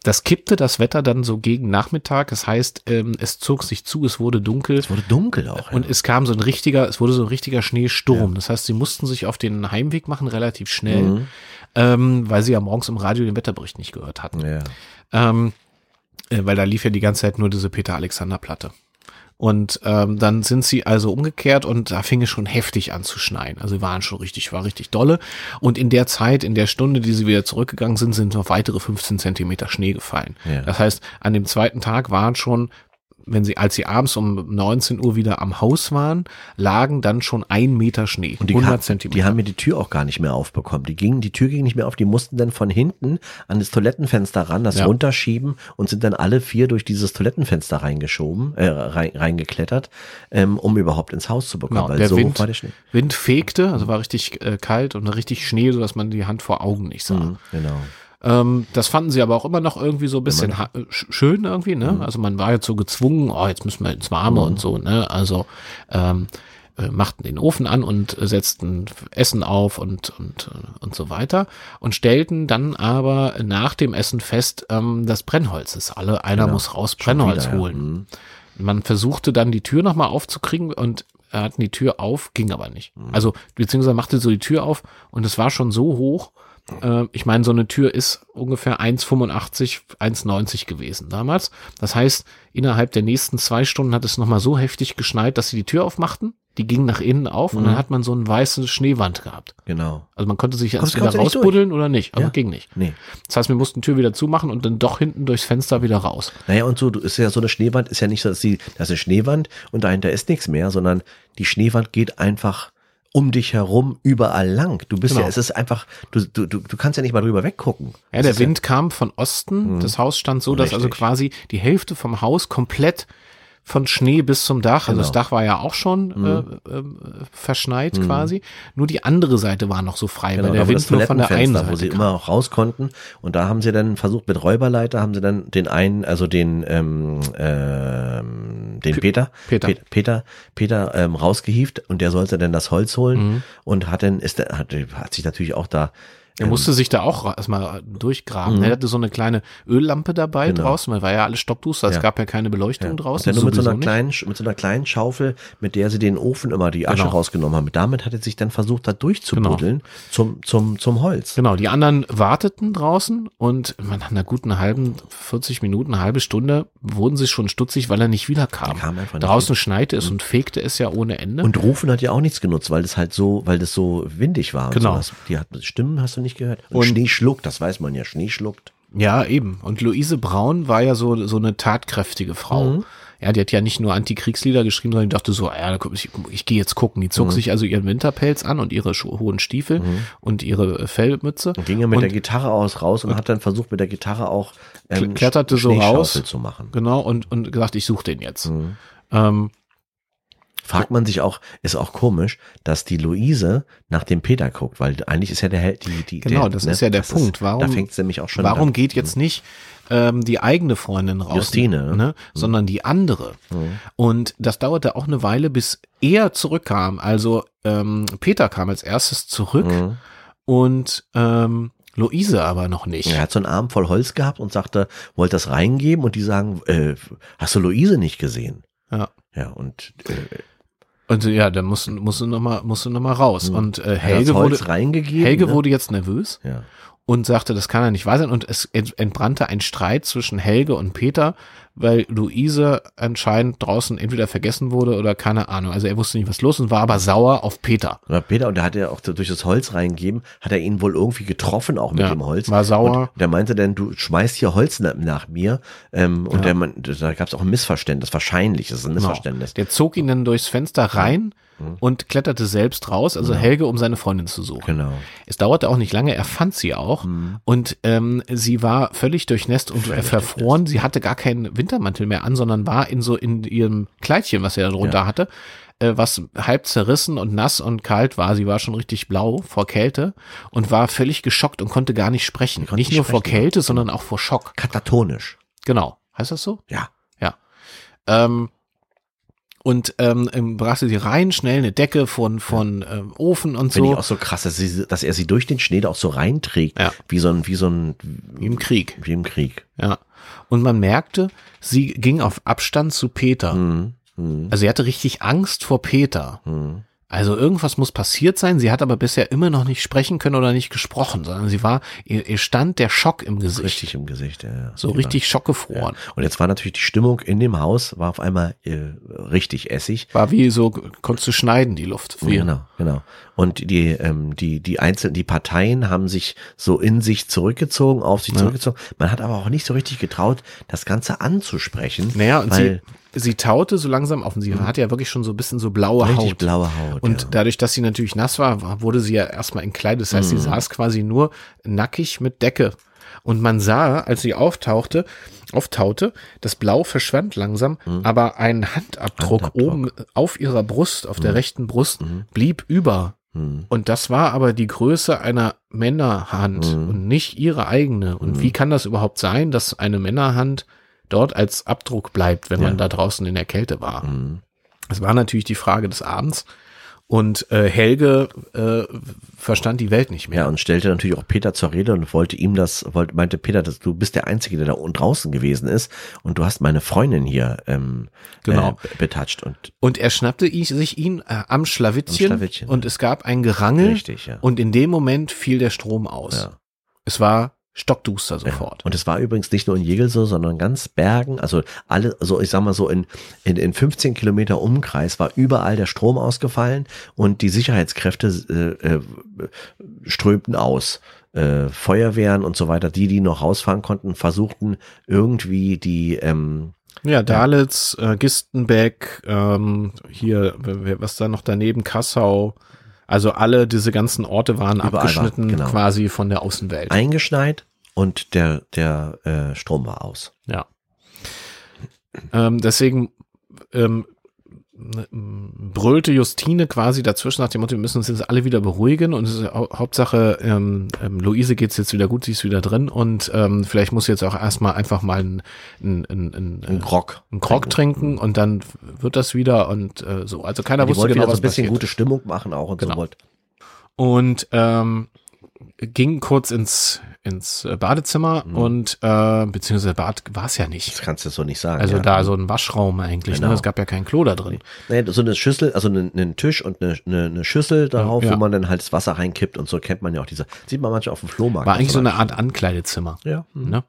Speaker 1: Das kippte das Wetter dann so gegen Nachmittag, das heißt, ähm, es zog sich zu, es wurde dunkel
Speaker 2: es wurde dunkel auch.
Speaker 1: und
Speaker 2: ja.
Speaker 1: es kam so ein richtiger, es wurde so ein richtiger Schneesturm. Das heißt, sie mussten sich auf den Heimweg machen, relativ schnell, ähm, weil sie ja morgens im Radio den Wetterbericht nicht gehört hatten.
Speaker 2: ja.
Speaker 1: Ähm, äh, weil da lief ja die ganze Zeit nur diese Peter-Alexander-Platte. Und ähm, dann sind sie also umgekehrt und da fing es schon heftig an zu schneien. Also waren schon richtig, war richtig dolle. Und in der Zeit, in der Stunde, die sie wieder zurückgegangen sind, sind noch weitere 15 Zentimeter Schnee gefallen.
Speaker 2: Ja.
Speaker 1: Das heißt, an dem zweiten Tag waren schon, wenn sie, als sie abends um 19 Uhr wieder am Haus waren, lagen dann schon ein Meter Schnee.
Speaker 2: Und die,
Speaker 1: 100
Speaker 2: ha-
Speaker 1: Zentimeter.
Speaker 2: die haben mir die Tür auch gar nicht mehr aufbekommen. Die gingen, die Tür ging nicht mehr auf. Die mussten dann von hinten an das Toilettenfenster ran, das
Speaker 1: Ja.
Speaker 2: runterschieben und sind dann alle vier durch dieses Toilettenfenster reingeschoben, äh, rein, reingeklettert, ähm, um überhaupt ins Haus zu bekommen.
Speaker 1: Genau,
Speaker 2: weil
Speaker 1: der
Speaker 2: so
Speaker 1: Wind,
Speaker 2: hoch war der Schnee.
Speaker 1: Wind fegte, also war richtig äh, kalt und richtig Schnee, sodass man die Hand vor Augen nicht sah.
Speaker 2: Mhm, Genau.
Speaker 1: Ähm, das fanden sie aber auch immer noch irgendwie so ein bisschen ha- äh, sch- schön irgendwie, ne?
Speaker 2: Mhm.
Speaker 1: Also man war jetzt so gezwungen, oh, jetzt müssen wir ins Warme und so, ne? Also ähm, äh, machten den Ofen an und äh, setzten Essen auf und, und, äh, und so weiter und stellten dann aber nach dem Essen fest, ähm, das Brennholz ist alle, einer muss raus Brennholz
Speaker 2: Genau. wieder, ja. Mhm.
Speaker 1: holen. Man versuchte dann die Tür nochmal aufzukriegen und er hatten die Tür auf, ging aber nicht.
Speaker 2: Mhm.
Speaker 1: Also, beziehungsweise machte so die Tür auf und es war schon so hoch. Äh, ich meine, so eine Tür ist ungefähr 1,85, 1,90 gewesen damals. Das heißt, innerhalb der nächsten zwei Stunden hat es nochmal so heftig geschneit, dass sie die Tür aufmachten. Die ging nach innen auf und
Speaker 2: Mhm.
Speaker 1: dann hat man so eine weiße Schneewand gehabt.
Speaker 2: Genau.
Speaker 1: Also man konnte sich
Speaker 2: Kommst-
Speaker 1: erst wieder
Speaker 2: kommst du nicht durch?
Speaker 1: rausbuddeln oder nicht, aber
Speaker 2: Ja.
Speaker 1: ging nicht.
Speaker 2: Nee.
Speaker 1: Das heißt, wir mussten die Tür wieder zumachen und dann doch hinten durchs Fenster wieder raus.
Speaker 2: Naja, und so, du- ist ja so eine Schneewand, ist ja nicht so, dass die, das ist eine Schneewand und dahinter ist nichts mehr, sondern die Schneewand geht einfach um dich herum überall lang. Du bist
Speaker 1: Genau.
Speaker 2: ja, es ist einfach, du, du, du du kannst ja nicht mal drüber weggucken.
Speaker 1: Ja, der Wind kam von Osten. Das Haus stand so, dass also
Speaker 2: Mhm. Richtig.
Speaker 1: quasi die Hälfte vom Haus komplett von Schnee bis zum Dach, also das
Speaker 2: Genau.
Speaker 1: Dach war ja auch schon
Speaker 2: Mhm.
Speaker 1: äh, ähm, äh, verschneit quasi, nur die andere Seite war noch so frei, weil der
Speaker 2: Genau, da war das
Speaker 1: Wind nur von der einen
Speaker 2: Toilettenfenster, wo sie
Speaker 1: Seite kam.
Speaker 2: immer auch raus konnten. Und da haben sie dann versucht, mit Räuberleiter haben sie dann den einen, also den, ähm, ähm, den Peter,
Speaker 1: Peter.
Speaker 2: Pe- Peter, Peter ähm, rausgehievt und der sollte dann das Holz holen
Speaker 1: Mhm.
Speaker 2: und hat dann, ist, der- hat, hat sich natürlich auch da,
Speaker 1: Er musste sich da auch ra- erstmal
Speaker 2: Mhm.
Speaker 1: durchgraben. Er hatte so eine kleine Öllampe dabei draußen, weil war ja alles stockduster, es
Speaker 2: Genau. Ja.
Speaker 1: gab ja keine Beleuchtung draußen.
Speaker 2: Ja, nur mit so,
Speaker 1: sowieso
Speaker 2: einer
Speaker 1: nicht.
Speaker 2: kleinen, Sch- mit so einer kleinen Schaufel, mit der sie den Ofen immer die Asche
Speaker 1: Genau.
Speaker 2: rausgenommen haben. Damit hat er sich dann versucht, da durchzubuddeln zum, zum, zum Holz.
Speaker 1: Genau, die anderen warteten draußen und nach einer guten halben, 40 Minuten, eine halbe Stunde wurden sie schon stutzig, weil er nicht wiederkam.
Speaker 2: Er kam einfach nicht Mhm.
Speaker 1: draußen schneite es und fegte es ja ohne Ende.
Speaker 2: Und Rufen hat ja auch nichts genutzt, weil das halt so, weil das so windig war. und
Speaker 1: Genau.
Speaker 2: sowas. Die hat, Stimmen hast du nicht gehört. Und,
Speaker 1: Und-
Speaker 2: Schnee schluckt, das weiß man ja, Schnee schluckt.
Speaker 1: ja, eben. Und Luise Braun war ja so, so eine tatkräftige Frau.
Speaker 2: Mhm.
Speaker 1: Ja, die hat ja nicht nur Antikriegslieder geschrieben, sondern die dachte so, ah, ja, guck, ich, ich gehe jetzt gucken. Die
Speaker 2: Mhm.
Speaker 1: zog sich also ihren Winterpelz an und ihre scho- hohen Stiefel und ihre äh, Fellmütze.
Speaker 2: Und ging Mhm. ja mit
Speaker 1: Und-
Speaker 2: der Gitarre aus raus und, hat dann versucht, mit der Gitarre auch ähm,
Speaker 1: kletterte
Speaker 2: Sch-
Speaker 1: so raus.
Speaker 2: Schneeschaufel zu machen.
Speaker 1: Genau, und, und gesagt, ich suche den jetzt.
Speaker 2: Mhm.
Speaker 1: Ähm,
Speaker 2: Fragt man sich auch, ist auch komisch, dass die Luise nach dem Peter guckt, weil eigentlich ist ja der Held, die, die
Speaker 1: Genau,
Speaker 2: der, ne,
Speaker 1: das ist ja der Punkt. Warum-
Speaker 2: da fängt es nämlich auch schon
Speaker 1: Warum
Speaker 2: an.
Speaker 1: geht jetzt nicht ähm, die eigene Freundin raus?
Speaker 2: Justine, ne?
Speaker 1: Ne? Sondern die andere.
Speaker 2: Mhm.
Speaker 1: Und das dauerte auch eine Weile, bis er zurückkam. Also ähm, Peter kam als erstes zurück
Speaker 2: Mhm.
Speaker 1: und ähm, Luise aber noch nicht.
Speaker 2: Er hat so einen Arm voll Holz gehabt und sagte, wollt das reingeben? Und die sagen, äh, hast du Luise nicht gesehen?
Speaker 1: Ja.
Speaker 2: Ja, und äh,
Speaker 1: Und ja, dann musst, du- musst du nochmal noch mal raus. Und äh,
Speaker 2: Mhm. hat das
Speaker 1: Helge,
Speaker 2: Holz
Speaker 1: wurde,
Speaker 2: reingegeben.
Speaker 1: Helge
Speaker 2: ne?
Speaker 1: wurde jetzt nervös.
Speaker 2: Ja.
Speaker 1: und sagte, das kann ja nicht wahr sein. Und es ent- entbrannte ein Streit zwischen Helge und Peter, weil Luise anscheinend draußen entweder vergessen wurde oder keine Ahnung. Also er wusste nicht, was los ist und war aber sauer auf Peter.
Speaker 2: Und Peter, und da hat er auch so durch das Holz reingegeben, hat er ihn wohl irgendwie getroffen, auch mit
Speaker 1: Ja,
Speaker 2: dem Holz.
Speaker 1: war sauer.
Speaker 2: Und der meinte dann, du schmeißt hier Holz na- nach mir. Ähm, und der Mann, da gab es auch ein Missverständnis, wahrscheinlich, das ist ein
Speaker 1: Genau.
Speaker 2: Missverständnis.
Speaker 1: Der zog ihn dann durchs Fenster rein
Speaker 2: Mhm.
Speaker 1: und kletterte selbst raus, also Helge, um seine Freundin zu suchen.
Speaker 2: Genau.
Speaker 1: Es dauerte auch nicht lange, er fand sie auch und ähm, sie war völlig durchnässt und verfroren. Sie hatte gar keinen Wintermantel mehr an, sondern war in so in ihrem Kleidchen, was sie da drunter hatte, äh, was halb zerrissen und nass und kalt war. Sie war schon richtig blau vor Kälte und war völlig geschockt und konnte gar nicht sprechen. Genau.
Speaker 2: konnte
Speaker 1: Nicht
Speaker 2: nicht
Speaker 1: nur vor
Speaker 2: sprechen,
Speaker 1: Kälte, sondern auch vor Schock.
Speaker 2: Katatonisch.
Speaker 1: Genau. Heißt das so?
Speaker 2: Ja.
Speaker 1: Ja. Ähm, und ähm, ähm, brachte die rein, schnell eine Decke von, von ähm, Ofen und
Speaker 2: Finde ich
Speaker 1: so.
Speaker 2: auch so krass, dass, sie, dass er sie durch den Schnee da auch so reinträgt.
Speaker 1: Ja.
Speaker 2: Wie so ein, wie so ein,
Speaker 1: Wie im Krieg.
Speaker 2: wie im Krieg.
Speaker 1: Ja. Und man merkte, sie ging auf Abstand zu Peter.
Speaker 2: Hm, hm,
Speaker 1: Also sie hatte richtig Angst vor Peter.
Speaker 2: hm.
Speaker 1: Also irgendwas muss passiert sein. Sie hat aber bisher immer noch nicht sprechen können oder nicht gesprochen, sondern sie war, ihr, ihr stand der Schock im Gesicht.
Speaker 2: Richtig im Gesicht, ja, ja.
Speaker 1: So
Speaker 2: Ja.
Speaker 1: richtig
Speaker 2: Ja.
Speaker 1: schockgefroren.
Speaker 2: Und jetzt war natürlich die Stimmung in dem Haus, war auf einmal äh, richtig essig.
Speaker 1: War wie so, konntest du schneiden, die Luft. Wie,
Speaker 2: Genau, genau. Und die, ähm, die, die einzelnen, die Parteien haben sich so in sich zurückgezogen, auf sich zurückgezogen. Man hat aber auch nicht so richtig getraut, das Ganze anzusprechen.
Speaker 1: Naja, und
Speaker 2: weil Hm.
Speaker 1: sie, sie taute so langsam auf und sie hatte ja wirklich schon so ein bisschen so blaue
Speaker 2: richtig
Speaker 1: Haut.
Speaker 2: blaue Haut.
Speaker 1: Und
Speaker 2: ja.
Speaker 1: dadurch, dass sie natürlich nass war, war- wurde sie ja erstmal entkleidet. Das heißt, sie saß quasi nur nackig mit Decke. Und man sah, als sie auftauchte, auftaute, das Blau verschwand langsam, aber ein Handabdruck,
Speaker 2: Handabdruck.
Speaker 1: oben auf ihrer Brust, auf der rechten Brust, blieb über.
Speaker 2: Hm,
Speaker 1: Und das war aber die Größe einer Männerhand und nicht ihre eigene. Und wie kann das überhaupt sein, dass eine Männerhand dort als Abdruck bleibt, wenn man da draußen in der Kälte war?
Speaker 2: hm.
Speaker 1: Es war natürlich die Frage des Abends. Und äh, Helge äh, verstand die Welt nicht mehr.
Speaker 2: Ja, und stellte natürlich auch Peter zur Rede und wollte ihm das, wollte, meinte Peter, dass du bist der Einzige, der da unten draußen gewesen ist und du hast meine Freundin hier ähm,
Speaker 1: Genau.
Speaker 2: äh, be- betatscht und
Speaker 1: Und er schnappte ihn, sich ihn äh, am Schlawittchen,
Speaker 2: Am Schlawittchen,
Speaker 1: und
Speaker 2: ja.
Speaker 1: es gab ein Gerangel.
Speaker 2: richtig, ja.
Speaker 1: Und in dem Moment fiel der Strom aus.
Speaker 2: Ja.
Speaker 1: Es war stockduster sofort.
Speaker 2: Und es war übrigens nicht nur in Jegel so, sondern ganz Bergen, also alle, so ich sag mal so in, in, in 15 Kilometer Umkreis war überall der Strom ausgefallen und die Sicherheitskräfte äh, äh, strömten aus. Äh, Feuerwehren und so weiter, die, die noch rausfahren konnten, versuchten irgendwie die, ähm,
Speaker 1: ja, Dalitz, äh, Gistenbeck, ähm, hier, wer- wer- was da noch daneben, Kassau. Also alle diese ganzen Orte waren
Speaker 2: Überall war-
Speaker 1: abgeschnitten
Speaker 2: genau.
Speaker 1: quasi von der Außenwelt.
Speaker 2: eingeschneit und der, der äh, Strom war aus.
Speaker 1: Ja. Ähm, deswegen ähm, ne- m- brüllte Justine quasi dazwischen nach dem Motto, wir müssen uns jetzt alle wieder beruhigen und es ist hau Hauptsache, ähm, ähm, Luise geht's jetzt wieder gut, sie ist wieder drin und ähm, vielleicht muss sie jetzt auch erstmal einfach mal einen ein, ein, ein,
Speaker 2: Ein
Speaker 1: ein,
Speaker 2: Grog.
Speaker 1: einen Krog trinken und dann wird das wieder und äh, so. Also keiner
Speaker 2: Die
Speaker 1: wusste
Speaker 2: wollten
Speaker 1: genau,
Speaker 2: wieder so
Speaker 1: was
Speaker 2: ein bisschen
Speaker 1: passiert.
Speaker 2: gute Stimmung machen auch und
Speaker 1: Genau.
Speaker 2: so wollte.
Speaker 1: und ähm, ging kurz ins ins äh, Badezimmer
Speaker 2: Mhm.
Speaker 1: und äh, beziehungsweise Bad war es ja nicht.
Speaker 2: Das kannst du so nicht sagen.
Speaker 1: Also
Speaker 2: ja.
Speaker 1: da so ein Waschraum eigentlich.
Speaker 2: Genau.
Speaker 1: Ne? Es gab ja kein Klo da drin.
Speaker 2: Naja, so eine Schüssel, also einen, einen Tisch und eine, eine, eine Schüssel darauf,
Speaker 1: Ja.
Speaker 2: wo man dann halt das Wasser reinkippt und so kennt man ja auch diese, sieht man manchmal auf dem Flohmarkt.
Speaker 1: War eigentlich so
Speaker 2: Also
Speaker 1: eine Art Ankleidezimmer.
Speaker 2: Ja. Mhm.
Speaker 1: Ne?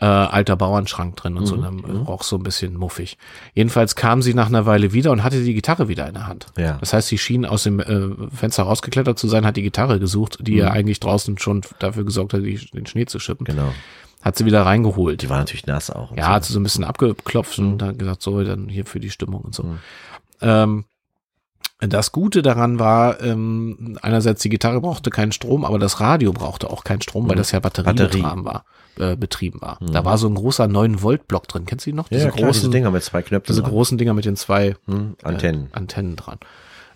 Speaker 1: Äh, alter Bauernschrank drin und so. Dann roch so ein bisschen muffig. Jedenfalls kam sie nach einer Weile wieder und hatte die Gitarre wieder in der Hand.
Speaker 2: Ja.
Speaker 1: Das heißt, sie schien aus dem äh, Fenster rausgeklettert zu sein, hat die Gitarre gesucht, die
Speaker 2: Mhm.
Speaker 1: ja eigentlich draußen schon dafür gesorgt hat, die, den Schnee zu schippen.
Speaker 2: Genau.
Speaker 1: Hat sie wieder reingeholt.
Speaker 2: Die war natürlich nass auch. und Mhm.
Speaker 1: Ja, hat sie so ein bisschen abgeklopft und dann gesagt, so, dann hier für die Stimmung und so. Ähm, das Gute daran war, ähm, einerseits die Gitarre brauchte keinen Strom, aber das Radio brauchte auch keinen Strom,
Speaker 2: Mhm.
Speaker 1: weil das ja batteriebetrieben war. Äh, betrieben war. Da war so ein großer 9-Volt-Block drin. Kennst du die noch?
Speaker 2: So. Mhm. Ja, klar, diese Dinger Mhm. mit zwei Knöpfen.
Speaker 1: diese
Speaker 2: dran.
Speaker 1: großen Dinger mit den zwei
Speaker 2: Hm, Antennen.
Speaker 1: äh, Antennen dran.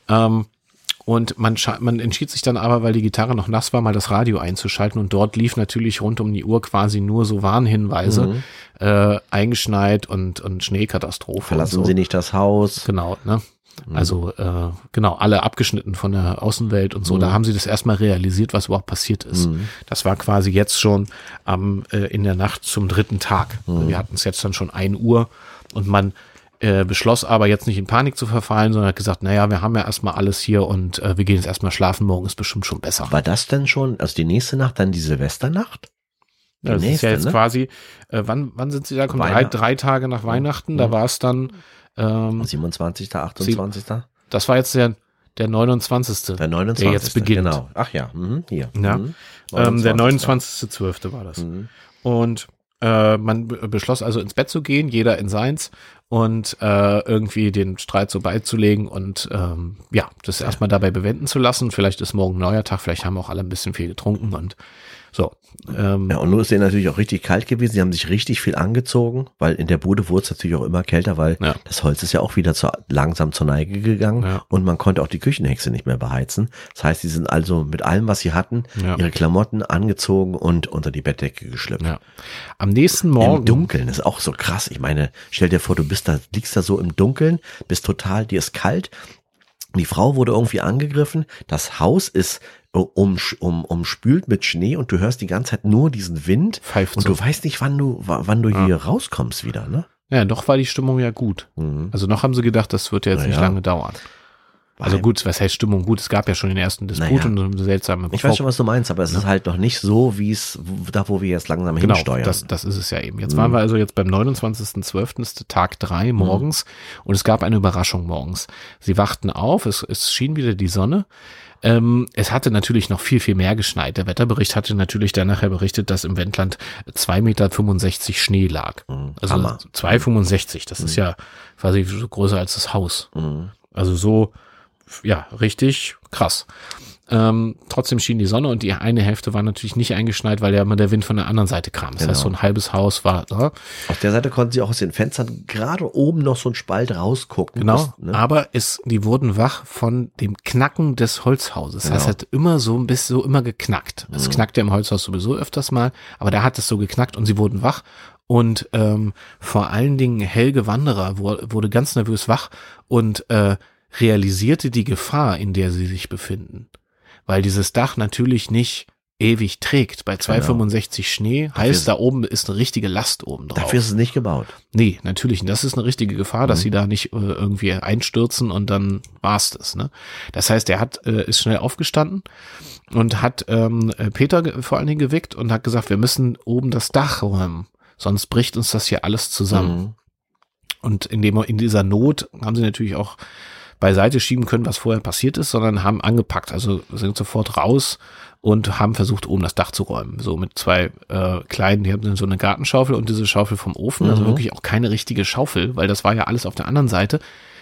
Speaker 1: Ähm, und man, scha- man entschied sich dann aber, weil die Gitarre noch nass war, mal das Radio einzuschalten. Und dort lief natürlich rund um die Uhr quasi nur so Warnhinweise,
Speaker 2: Mhm.
Speaker 1: äh, eingeschneit und, und Schneekatastrophe.
Speaker 2: Verlassen
Speaker 1: und so.
Speaker 2: Sie nicht das Haus.
Speaker 1: Genau, ne?
Speaker 2: Mhm.
Speaker 1: Also äh, genau, alle abgeschnitten von der Außenwelt und so.
Speaker 2: Mhm.
Speaker 1: Da haben sie das erstmal realisiert, was überhaupt passiert ist. Das war quasi jetzt schon am, äh, in der Nacht zum dritten Tag.
Speaker 2: Mhm.
Speaker 1: Wir hatten es jetzt dann schon 1 Uhr und man äh, beschloss aber jetzt nicht in Panik zu verfallen, sondern hat gesagt, naja, wir haben ja erstmal alles hier und äh, wir gehen jetzt erstmal schlafen, morgen ist bestimmt schon besser.
Speaker 2: War das denn schon, also die nächste Nacht, dann die Silvesternacht? Die
Speaker 1: Ja, Das Also, ist
Speaker 2: nächste,
Speaker 1: ja jetzt
Speaker 2: ne?
Speaker 1: quasi, äh, wann, wann sind sie da? Kommt drei,
Speaker 2: Weihnachten. Mhm.
Speaker 1: drei Tage nach Weihnachten, da war es dann, ähm,
Speaker 2: 27., 28.,
Speaker 1: das war jetzt der, der 29.
Speaker 2: der 29.
Speaker 1: Der jetzt beginnt.
Speaker 2: Genau. Ach ja, mhm, hier.
Speaker 1: Ja.
Speaker 2: Mhm.
Speaker 1: Ähm, der 29.12. war das.
Speaker 2: Mhm.
Speaker 1: Und äh, man b- beschloss also ins Bett zu gehen, jeder in seins und äh, irgendwie den Streit so beizulegen und ähm, ja, das erstmal dabei bewenden zu lassen. Vielleicht ist morgen ein neuer Tag, vielleicht haben auch alle ein bisschen viel getrunken und So. Ähm,
Speaker 2: Ja, und nun ist denen natürlich auch richtig kalt gewesen. Sie haben sich richtig viel angezogen, weil in der Bude wurde es natürlich auch immer kälter, weil
Speaker 1: Ja.
Speaker 2: das Holz ist ja auch wieder zu, langsam zur Neige gegangen
Speaker 1: Ja.
Speaker 2: und man konnte auch die Küchenhexe nicht mehr beheizen. Das heißt, sie sind also mit allem, was sie hatten,
Speaker 1: Ja.
Speaker 2: ihre Klamotten angezogen und unter die Bettdecke geschlüpft.
Speaker 1: ja. Am nächsten
Speaker 2: Im
Speaker 1: Morgen.
Speaker 2: Dunkeln ist auch so krass. Ich meine, stell dir vor, du bist da, liegst da so im Dunkeln, bist total, dir ist kalt. Die Frau wurde irgendwie angegriffen. Das Haus ist äh, um, um, umspült mit Schnee und du hörst die ganze Zeit nur diesen Wind.
Speaker 1: Pfeift
Speaker 2: und
Speaker 1: so.
Speaker 2: du weißt nicht, wann du, wa- wann du hier rauskommst wieder, ne?
Speaker 1: Ja, noch war die Stimmung ja gut.
Speaker 2: Mhm.
Speaker 1: Also noch haben sie gedacht, das wird ja jetzt
Speaker 2: Na
Speaker 1: nicht
Speaker 2: ja.
Speaker 1: lange dauern. Also
Speaker 2: Weil-
Speaker 1: gut, was heißt Stimmung? Gut, es gab ja schon den ersten Disput
Speaker 2: Naja.
Speaker 1: und so eine seltsame
Speaker 2: Ich weiß schon, was du meinst, aber es ist halt noch nicht so, wie es, wo- da wo wir jetzt langsam
Speaker 1: Genau,
Speaker 2: hinsteuern.
Speaker 1: das, das ist es ja eben. Jetzt waren wir also jetzt beim 29.12., ist Tag drei morgens und es gab eine Überraschung morgens. Sie wachten auf, es, es schien wieder die Sonne. Ähm, es hatte natürlich noch viel, viel mehr geschneit. Der Wetterbericht hatte natürlich dann nachher berichtet, dass im Wendland 2,65 Meter Schnee lag. Also
Speaker 2: Mhm. Hammer.
Speaker 1: 2,65, das ist ja quasi so größer als das Haus.
Speaker 2: Mhm.
Speaker 1: Also so, ja, richtig krass. Ähm, trotzdem schien die Sonne und die eine Hälfte war natürlich nicht eingeschneit, weil ja immer der Wind von der anderen Seite kam. Das heißt,
Speaker 2: Genau.
Speaker 1: so ein halbes Haus war ne? da.
Speaker 2: Auf der Seite konnten sie auch aus den Fenstern gerade oben noch so einen Spalt rausgucken.
Speaker 1: Genau.
Speaker 2: Das, ne?
Speaker 1: Aber es, die wurden wach von dem Knacken des Holzhauses. Das heißt,
Speaker 2: Genau.
Speaker 1: es hat immer so ein bisschen so immer geknackt.
Speaker 2: Mhm.
Speaker 1: Es knackt ja im Holzhaus sowieso öfters mal, aber da hat es so geknackt und sie wurden wach. Und ähm, vor allen Dingen Helge Wanderer wo- wurde ganz nervös wach und äh, realisierte die Gefahr, in der sie sich befinden. Weil dieses Dach natürlich nicht ewig trägt.
Speaker 2: Genau.
Speaker 1: Bei 2,65 Schnee heißt, da oben ist eine richtige Last oben drauf.
Speaker 2: Dafür ist es nicht gebaut.
Speaker 1: Nee, natürlich. Und das ist eine richtige Gefahr, dass sie da nicht äh, irgendwie einstürzen und dann war's das. Ne? Das heißt, er hat, äh, ist schnell aufgestanden und hat ähm, äh, Peter ge- vor allen Dingen geweckt und hat gesagt, wir müssen oben das Dach räumen, sonst bricht uns das hier alles zusammen.
Speaker 2: Mhm.
Speaker 1: Und in, dem, in dieser Not haben sie natürlich auch beiseite schieben können, was vorher passiert ist, sondern haben angepackt. Also sind sofort raus und haben versucht, oben das Dach zu räumen. So mit zwei äh, kleinen, die haben so eine Gartenschaufel und diese Schaufel vom Ofen. Also
Speaker 2: Mhm.
Speaker 1: wirklich auch keine richtige Schaufel, weil das war ja alles auf der anderen Seite.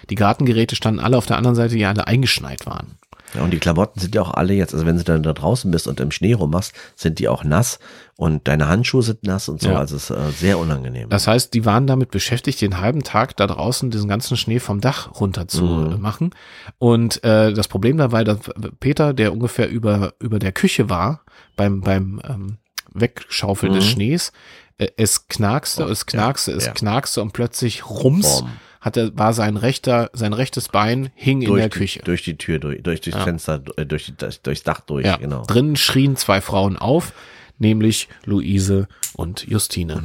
Speaker 1: Die Gartengeräte standen alle auf der anderen Seite, die alle eingeschneit waren.
Speaker 2: Ja, und die Klamotten sind ja auch alle jetzt, also wenn du dann da draußen bist und im Schnee rummachst, sind die auch nass und deine Handschuhe sind nass und so,
Speaker 1: Ja.
Speaker 2: also es ist äh, sehr unangenehm.
Speaker 1: Das heißt, die waren damit beschäftigt, den halben Tag da draußen diesen ganzen Schnee vom Dach runter zu äh, machen. Und äh, das Problem dabei, dass Peter, der ungefähr über, über der Küche war, beim, beim ähm, Wegschaufeln des Schnees, äh, es knackste, es knackste, es
Speaker 2: Mhm. ja.
Speaker 1: knackste und plötzlich rums
Speaker 2: Bom.
Speaker 1: hat er, war sein rechter, sein rechtes Bein hing in
Speaker 2: durch,
Speaker 1: der
Speaker 2: die,
Speaker 1: Küche.
Speaker 2: durch die Tür, durch, durch das Fenster, äh, durch, die- durch, durchs Dach durch,
Speaker 1: Ja,
Speaker 2: genau.
Speaker 1: Drinnen schrien zwei Frauen auf, nämlich Luise und Justine.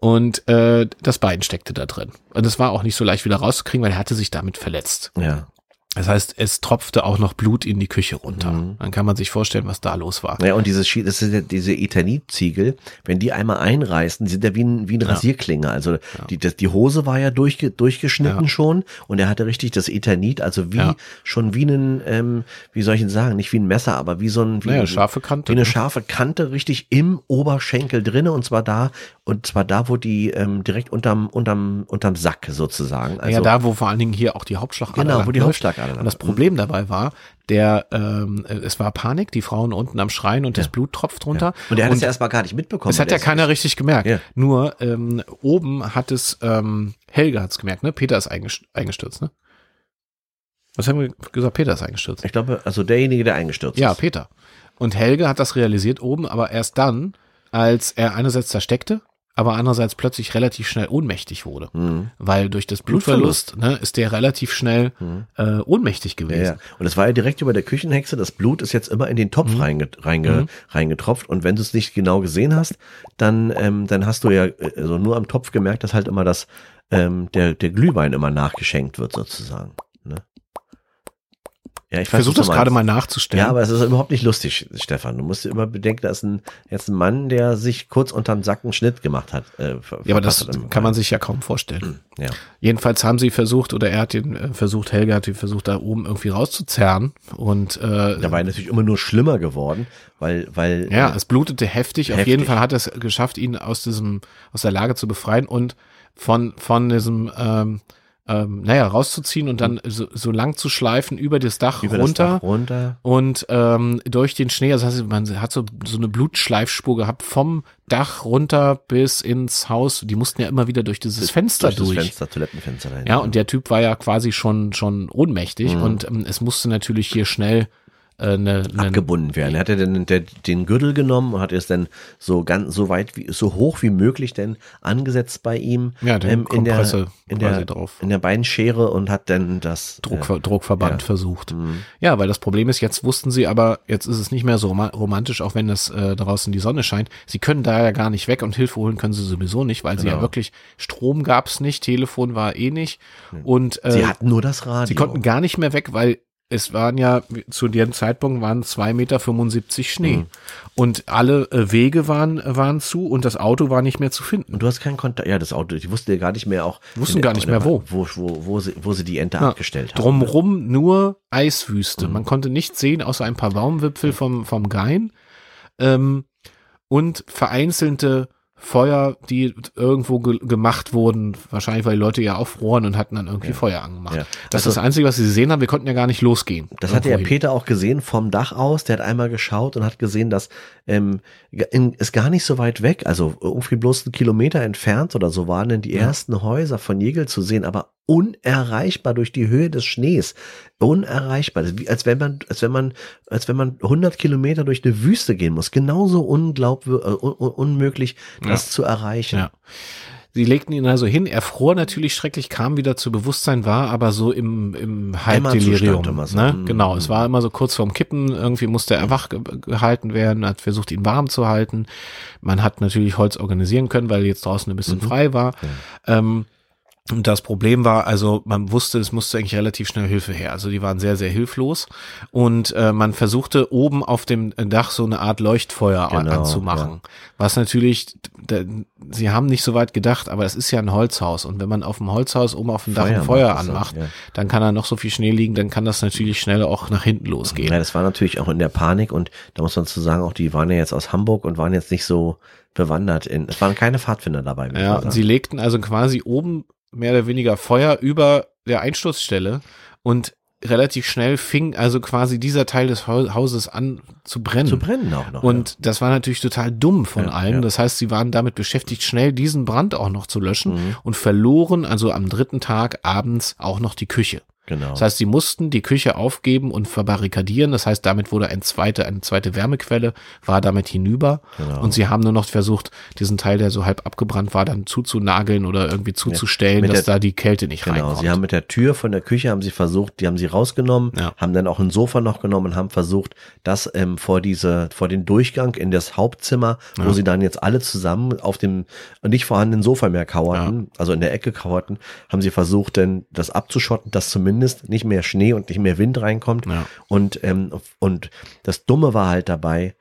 Speaker 1: Und äh, das Bein steckte da drin. Und es war auch nicht so leicht wieder rauszukriegen, weil er hatte sich damit verletzt.
Speaker 2: Ja.
Speaker 1: Das heißt, es tropfte auch noch Blut in die Küche runter. Dann kann man sich vorstellen, was da los war.
Speaker 2: Ja, und dieses Schie- das sind ja diese Eternitziegel, wenn die einmal einreißen, die sind ja wie ein, wie ein Rasierklinge. Also die, das, die Hose war ja durchge, durchgeschnitten schon und er hatte richtig das Eternit, also wie
Speaker 1: Ja.
Speaker 2: schon wie einen, ähm, wie soll ich ihn sagen, nicht wie ein Messer, aber wie so ein wie,
Speaker 1: Naja, scharfe Kante,
Speaker 2: Wie eine
Speaker 1: ne?
Speaker 2: scharfe Kante richtig im Oberschenkel drinne und zwar da und zwar da, wo die ähm, direkt unterm unterm unterm Sack sozusagen. Also
Speaker 1: ja, da, wo vor allen Dingen hier auch die Hauptschlagader
Speaker 2: Genau, wo die
Speaker 1: langläuft.
Speaker 2: Hauptschlagader
Speaker 1: Und das
Speaker 2: lang-
Speaker 1: Problem dabei war, der, ähm, es war Panik, die Frauen unten am Schreien und das Blut tropft runter.
Speaker 2: und er hat es ja erstmal gar nicht mitbekommen.
Speaker 1: Das hat ja
Speaker 2: Der ist-
Speaker 1: keiner richtig gemerkt.
Speaker 2: Ja.
Speaker 1: Nur ähm, oben hat es, ähm, Helga hat es gemerkt, ne? Peter ist eingest eingestürzt, ne? Was haben wir gesagt? Peter ist eingestürzt.
Speaker 2: Ich glaube, also derjenige, der eingestürzt
Speaker 1: Ja,
Speaker 2: ist.
Speaker 1: Peter. Und Helge hat das realisiert oben, aber erst dann, als er einerseits da steckte, aber andererseits plötzlich relativ schnell ohnmächtig wurde.
Speaker 2: Mhm.
Speaker 1: Weil durch das
Speaker 2: Blutverlust.
Speaker 1: Blutverlust, ne, ist der relativ schnell
Speaker 2: mhm.
Speaker 1: äh, ohnmächtig
Speaker 2: Ja, ja.
Speaker 1: gewesen.
Speaker 2: Und es war ja direkt über der Küchenhexe. Das Blut ist jetzt immer in den
Speaker 1: Mhm.
Speaker 2: Topf reinge reinge reingetropft. Und wenn du es nicht genau gesehen hast, dann, ähm, dann hast du ja äh, also nur am Topf gemerkt, dass halt immer das, ähm, der, der Glühwein immer nachgeschenkt wird, sozusagen. Ne? Ja,
Speaker 1: Ich
Speaker 2: ich weiß,
Speaker 1: versuche das
Speaker 2: was du
Speaker 1: gerade
Speaker 2: meinst.
Speaker 1: mal nachzustellen.
Speaker 2: Ja, aber es ist überhaupt nicht lustig, Stefan. Du musst dir immer bedenken, da ist ein, jetzt ein Mann, der sich kurz unterm Sack einen Schnitt gemacht hat. äh, ver-
Speaker 1: ja, aber das
Speaker 2: verpasst hat.
Speaker 1: kann man sich ja kaum vorstellen.
Speaker 2: Ja.
Speaker 1: Jedenfalls haben sie versucht, oder er hat ihn äh, versucht, Helga hat ihn versucht, da oben irgendwie rauszuzerren. Und äh,
Speaker 2: Dabei natürlich immer nur schlimmer geworden, weil, weil
Speaker 1: ja, es blutete heftig. Auf
Speaker 2: Heftig.
Speaker 1: jeden Fall hat er es geschafft, ihn aus diesem, aus der Lage zu befreien und von, von diesem ähm, ähm, naja, rauszuziehen und dann so, so lang zu schleifen über das Dach
Speaker 2: Über
Speaker 1: runter
Speaker 2: das Dach runter.
Speaker 1: und ähm, durch den Schnee, also das heißt, man hat so, so eine Blutschleifspur gehabt vom Dach runter bis ins Haus. Die mussten ja immer wieder durch dieses Fenster
Speaker 2: durch.
Speaker 1: durch.
Speaker 2: Das Fenster, Toilettenfenster rein.
Speaker 1: Ja, und der Typ war ja quasi schon schon ohnmächtig
Speaker 2: Mhm.
Speaker 1: und ähm, es musste natürlich hier schnell äh, eine, eine
Speaker 2: abgebunden werden. Er hat ja den, der, den Gürtel genommen und hat es dann so ganz so weit wie so hoch wie möglich denn angesetzt bei ihm ähm,
Speaker 1: ja, den
Speaker 2: in der
Speaker 1: Kompresse
Speaker 2: in
Speaker 1: quasi
Speaker 2: der
Speaker 1: drauf.
Speaker 2: in der Beinschere und hat dann das äh,
Speaker 1: Druck, Druckverband
Speaker 2: Ja.
Speaker 1: versucht.
Speaker 2: Äh, mh,
Speaker 1: Ja, weil das Problem ist, jetzt wussten sie aber, jetzt ist es nicht mehr so roma- romantisch, auch wenn es äh, draußen die Sonne scheint. Sie können da ja gar nicht weg und Hilfe holen können sie sowieso nicht, weil sie
Speaker 2: Genau.
Speaker 1: ja wirklich, Strom gab's nicht, Telefon war eh nicht. Und äh,
Speaker 2: sie hatten nur das Radio.
Speaker 1: sie konnten gar nicht mehr weg, weil es waren ja, zu dem Zeitpunkt waren 2,75 Meter Schnee.
Speaker 2: Mhm.
Speaker 1: Und alle äh, Wege waren, waren zu und das Auto war nicht mehr zu finden.
Speaker 2: und du hast keinen Kontakt. Ja, das Auto. Die wussten ja gar nicht mehr auch.
Speaker 1: Wussten gar nicht mehr, wo.
Speaker 2: Wo, wo, wo, sie, wo sie die Ente
Speaker 1: Ja,
Speaker 2: abgestellt haben.
Speaker 1: Drumrum nur
Speaker 2: Mhm.
Speaker 1: Eiswüste. Man konnte nichts sehen, außer ein paar Baumwipfel vom, vom Gain. Ähm, und vereinzelte Feuer, die irgendwo ge gemacht wurden. Wahrscheinlich, weil die Leute ja aufrohren und hatten dann irgendwie Feuer angemacht.
Speaker 2: Ja.
Speaker 1: Das
Speaker 2: Also-
Speaker 1: ist das Einzige, was sie gesehen haben. Wir konnten ja gar nicht losgehen.
Speaker 2: Das hatte ja
Speaker 1: Irgendwohin.
Speaker 2: Peter auch gesehen vom Dach aus. Der hat einmal geschaut und hat gesehen, dass ähm, in, ist gar nicht so weit weg, also irgendwie bloß einen Kilometer entfernt oder so waren denn die
Speaker 1: Ja.
Speaker 2: ersten Häuser von Jegel zu sehen, aber unerreichbar durch die Höhe des Schnees. Unerreichbar. Das ist Wie, als wenn man, als wenn man, als wenn man 100 Kilometer durch eine Wüste gehen muss. Genauso unglaubwür, äh, un, un- unmöglich, das zu erreichen.
Speaker 1: Ja. Sie legten ihn also hin, er fror natürlich schrecklich, kam wieder zu Bewusstsein, war aber so im, im Halbdelirium.
Speaker 2: Eimerzustand immer so.
Speaker 1: Ne?
Speaker 2: Mhm.
Speaker 1: Genau, es war immer so kurz vorm Kippen, irgendwie musste er wach ge- gehalten werden, hat versucht, ihn warm zu halten. Man hat natürlich Holz organisieren können, weil jetzt draußen ein bisschen
Speaker 2: Mhm.
Speaker 1: frei war. Ähm, und das Problem war, also man wusste, es musste eigentlich relativ schnell Hilfe her. Also die waren sehr, sehr hilflos. Und äh, man versuchte oben auf dem Dach so eine Art Leuchtfeuer a-
Speaker 2: Genau,
Speaker 1: anzumachen. Was natürlich, d- d- sie haben nicht so weit gedacht, aber es ist ja ein Holzhaus. Und wenn man auf dem Holzhaus oben auf dem Dach ein
Speaker 2: macht
Speaker 1: Feuer
Speaker 2: das,
Speaker 1: anmacht,
Speaker 2: ja.
Speaker 1: dann kann da noch so viel Schnee liegen, dann kann das natürlich schnell auch nach hinten losgehen.
Speaker 2: Ja, das war natürlich auch in der Panik und da muss man zu sagen, auch die waren ja jetzt aus Hamburg und waren jetzt nicht so bewandert in. Es waren keine Pfadfinder dabei. muss
Speaker 1: Ja,
Speaker 2: man
Speaker 1: und
Speaker 2: sagen.
Speaker 1: sie legten also quasi oben mehr oder weniger Feuer über der Einsturzstelle und relativ schnell fing also quasi dieser Teil des Hau- Hauses an zu brennen.
Speaker 2: zu brennen auch noch.
Speaker 1: und das war natürlich total dumm von
Speaker 2: Ja,
Speaker 1: allen.
Speaker 2: ja.
Speaker 1: Das heißt, sie waren damit beschäftigt, schnell diesen Brand auch noch zu
Speaker 2: ja.
Speaker 1: löschen
Speaker 2: Mhm,
Speaker 1: und verloren also am dritten Tag abends auch noch die Küche.
Speaker 2: genau.
Speaker 1: Das heißt, sie mussten die Küche aufgeben und verbarrikadieren. Das heißt, damit wurde ein zweite, eine zweite Wärmequelle, war damit hinüber.
Speaker 2: genau.
Speaker 1: Und sie haben nur noch versucht, diesen Teil, der so halb abgebrannt war, dann zuzunageln oder irgendwie zuzustellen,
Speaker 2: Mit
Speaker 1: dass
Speaker 2: der-
Speaker 1: da die Kälte nicht
Speaker 2: Genau,
Speaker 1: reinkommt.
Speaker 2: sie haben mit der Tür von der Küche haben sie versucht, die haben sie rausgenommen,
Speaker 1: Ja.
Speaker 2: haben dann auch ein Sofa noch genommen und haben versucht, das ähm, vor diese, vor den Durchgang in das Hauptzimmer, wo
Speaker 1: Ja.
Speaker 2: sie dann jetzt alle zusammen auf dem nicht vorhandenen Sofa mehr kauerten, also in der Ecke kauerten, haben sie versucht, denn das abzuschotten, dass zumindest nicht mehr Schnee und nicht mehr Wind reinkommt.
Speaker 1: Ja.
Speaker 2: Und, ähm, und das Dumme war halt dabei,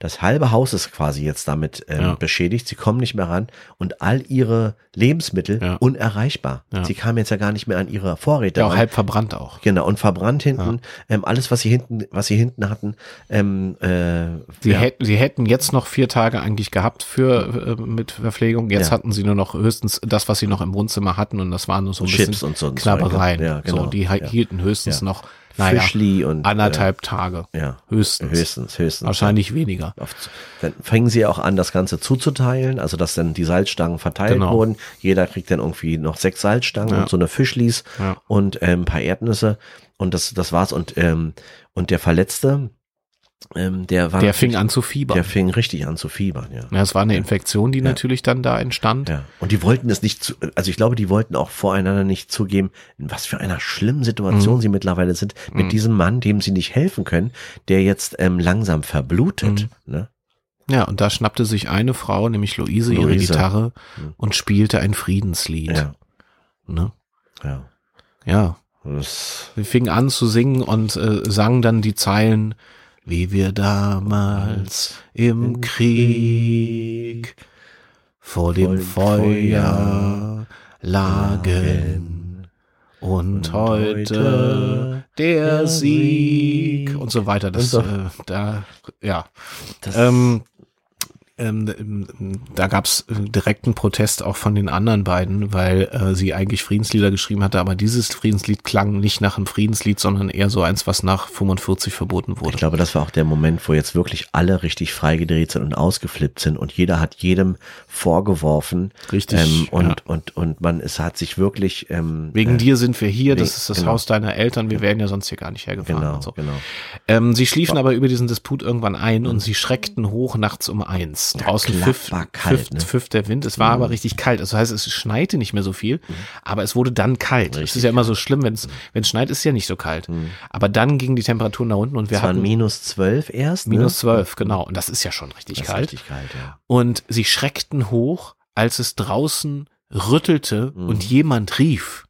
Speaker 2: das halbe Haus ist quasi jetzt damit ähm,
Speaker 1: Ja.
Speaker 2: beschädigt. Sie kommen nicht mehr ran und all ihre Lebensmittel
Speaker 1: Ja.
Speaker 2: unerreichbar.
Speaker 1: Ja.
Speaker 2: Sie kamen jetzt ja gar nicht mehr an ihre Vorräte.
Speaker 1: ja, auch
Speaker 2: ran.
Speaker 1: halb verbrannt auch.
Speaker 2: Genau, und verbrannt hinten. Ähm, alles, was sie hinten, was sie hinten hatten, ähm, äh,
Speaker 1: Sie,
Speaker 2: ja,
Speaker 1: hätten, sie hätten jetzt noch vier Tage eigentlich gehabt für äh, mit Verpflegung. Jetzt
Speaker 2: Ja.
Speaker 1: hatten sie nur noch höchstens das, was sie noch im Wohnzimmer hatten und das waren nur so ein
Speaker 2: Chips
Speaker 1: bisschen
Speaker 2: und so. ein Zeug.
Speaker 1: Knabbereien.
Speaker 2: Ja, genau.
Speaker 1: so, die hi-
Speaker 2: ja.
Speaker 1: hielten höchstens
Speaker 2: Ja.
Speaker 1: noch naja,
Speaker 2: Fischli und
Speaker 1: anderthalb Tage.
Speaker 2: Äh, ja,
Speaker 1: Höchstens.
Speaker 2: höchstens, höchstens.
Speaker 1: Wahrscheinlich weniger.
Speaker 2: Auf, dann fingen sie auch an, das Ganze zuzuteilen, also dass dann die Salzstangen verteilt
Speaker 1: Genau.
Speaker 2: wurden. Jeder kriegt dann irgendwie noch sechs Salzstangen
Speaker 1: Ja.
Speaker 2: und so eine Fischlis
Speaker 1: Ja.
Speaker 2: und ähm, ein paar Erdnüsse und das, das war's. Und, ähm, und der Verletzte, ähm, der war
Speaker 1: Der
Speaker 2: natürlich-
Speaker 1: fing an zu fiebern.
Speaker 2: der fing richtig an zu fiebern, ja.
Speaker 1: ja, es war eine Infektion, die natürlich dann da entstand.
Speaker 2: Ja. Und die wollten es nicht, zu, also ich glaube, die wollten auch voreinander nicht zugeben, in was für einer schlimmen
Speaker 1: Mhm.
Speaker 2: Situation sie mittlerweile sind, mit diesem Mann, dem sie nicht helfen können, der jetzt ähm, langsam verblutet.
Speaker 1: Mhm.
Speaker 2: Ne?
Speaker 1: Ja, und da schnappte sich eine Frau, nämlich Luise, ihre
Speaker 2: Luise.
Speaker 1: Gitarre
Speaker 2: Mhm.
Speaker 1: und spielte ein Friedenslied.
Speaker 2: Ja,
Speaker 1: Ne?
Speaker 2: ja.
Speaker 1: ja.
Speaker 2: Das
Speaker 1: Wir fingen an zu singen und äh, sangen dann die Zeilen, wie wir damals im Krieg vor dem
Speaker 2: vor dem
Speaker 1: Feuer lagen und
Speaker 2: Und
Speaker 1: heute
Speaker 2: heute
Speaker 1: der
Speaker 2: der
Speaker 1: Sieg
Speaker 2: Sieg.
Speaker 1: und so weiter. Das,
Speaker 2: Und
Speaker 1: äh, da, ja.
Speaker 2: Das-
Speaker 1: ähm, ähm, ähm, da gab's äh, direkten Protest auch von den anderen beiden, weil äh, sie eigentlich Friedenslieder geschrieben hatte, aber dieses Friedenslied klang nicht nach einem Friedenslied, sondern eher so eins, was nach 45 verboten
Speaker 2: Ich
Speaker 1: wurde.
Speaker 2: glaube, das war auch der Moment, wo jetzt wirklich alle richtig freigedreht sind und ausgeflippt sind und jeder hat jedem vorgeworfen.
Speaker 1: Richtig,
Speaker 2: Ähm, und,
Speaker 1: ja.
Speaker 2: und, und man, es hat sich wirklich, ähm,
Speaker 1: Wegen
Speaker 2: äh,
Speaker 1: dir sind wir hier, das
Speaker 2: wegen-
Speaker 1: ist das
Speaker 2: genau.
Speaker 1: Haus deiner Eltern, wir wären ja sonst hier gar nicht hergefahren.
Speaker 2: Genau,
Speaker 1: und so.
Speaker 2: genau. Mhm.
Speaker 1: ähm, sie schliefen aber über diesen Disput irgendwann ein und sie schreckten hoch nachts um eins. Draußen
Speaker 2: klar,
Speaker 1: pfiff,
Speaker 2: war kalt,
Speaker 1: pfiff,
Speaker 2: ne? Mhm.
Speaker 1: pfiff der Wind, es war aber richtig kalt. Also heißt, es schneite nicht mehr so viel, aber es wurde dann
Speaker 2: ne?
Speaker 1: kalt. es ist ja immer so schlimm, wenn es
Speaker 2: Mhm.
Speaker 1: schneit, ist es ja nicht so kalt. Aber dann gingen die Temperaturen nach unten und wir
Speaker 2: hm. Es waren
Speaker 1: hatten
Speaker 2: minus zwölf erst.
Speaker 1: minus
Speaker 2: ne?
Speaker 1: zwölf, genau. Und das ist ja schon richtig
Speaker 2: Das ist
Speaker 1: kalt.
Speaker 2: Richtig kalt, ja.
Speaker 1: Und sie schreckten hoch, als es draußen rüttelte
Speaker 2: Mhm.
Speaker 1: und jemand rief.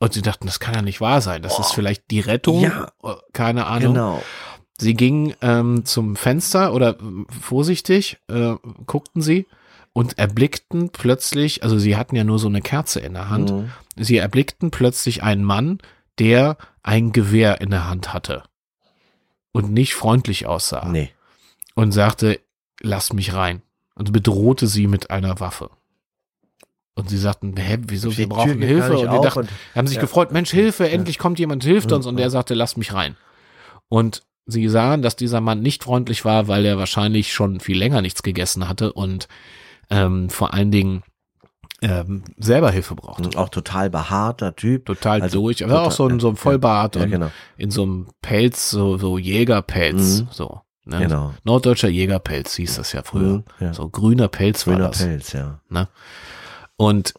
Speaker 1: Und sie dachten, das kann ja nicht wahr sein. Das ist vielleicht die Rettung.
Speaker 2: Ja.
Speaker 1: Äh, Keine Ahnung.
Speaker 2: Genau.
Speaker 1: Sie gingen ähm, zum Fenster oder ähm, vorsichtig äh, guckten sie und erblickten plötzlich, also sie hatten ja nur so eine Kerze in der Hand,
Speaker 2: Mhm.
Speaker 1: sie erblickten plötzlich einen Mann, der ein Gewehr in der Hand hatte und nicht freundlich aussah
Speaker 2: Nee.
Speaker 1: und sagte, lass mich rein. Und bedrohte sie mit einer Waffe. Und sie sagten, hä, wieso, also wir
Speaker 2: Die
Speaker 1: brauchen
Speaker 2: Tür geht gar
Speaker 1: Hilfe.
Speaker 2: nicht
Speaker 1: Und die
Speaker 2: auf
Speaker 1: dachten,
Speaker 2: und-
Speaker 1: haben sich
Speaker 2: ja. Mhm.
Speaker 1: gefreut, Mensch, Hilfe, endlich kommt jemand, hilft
Speaker 2: Ja.
Speaker 1: uns. Und er sagte, lass mich rein. Und sie sahen, dass dieser Mann nicht freundlich war, weil er wahrscheinlich schon viel länger nichts gegessen hatte und ähm, vor allen Dingen ähm, selber Hilfe brauchte.
Speaker 2: und auch total behaarter Typ.
Speaker 1: Total
Speaker 2: Also,
Speaker 1: durch, aber auch
Speaker 2: total,
Speaker 1: so ein, so ein
Speaker 2: ja,
Speaker 1: Vollbart
Speaker 2: ja,
Speaker 1: und
Speaker 2: genau.
Speaker 1: in so einem Pelz, so, so Jägerpelz,
Speaker 2: Mhm.
Speaker 1: so. Ne?
Speaker 2: Genau.
Speaker 1: Norddeutscher Jägerpelz hieß das ja früher.
Speaker 2: Mhm, ja.
Speaker 1: So grüner Pelz war
Speaker 2: Grüner
Speaker 1: das.
Speaker 2: Pelz, ja.
Speaker 1: Und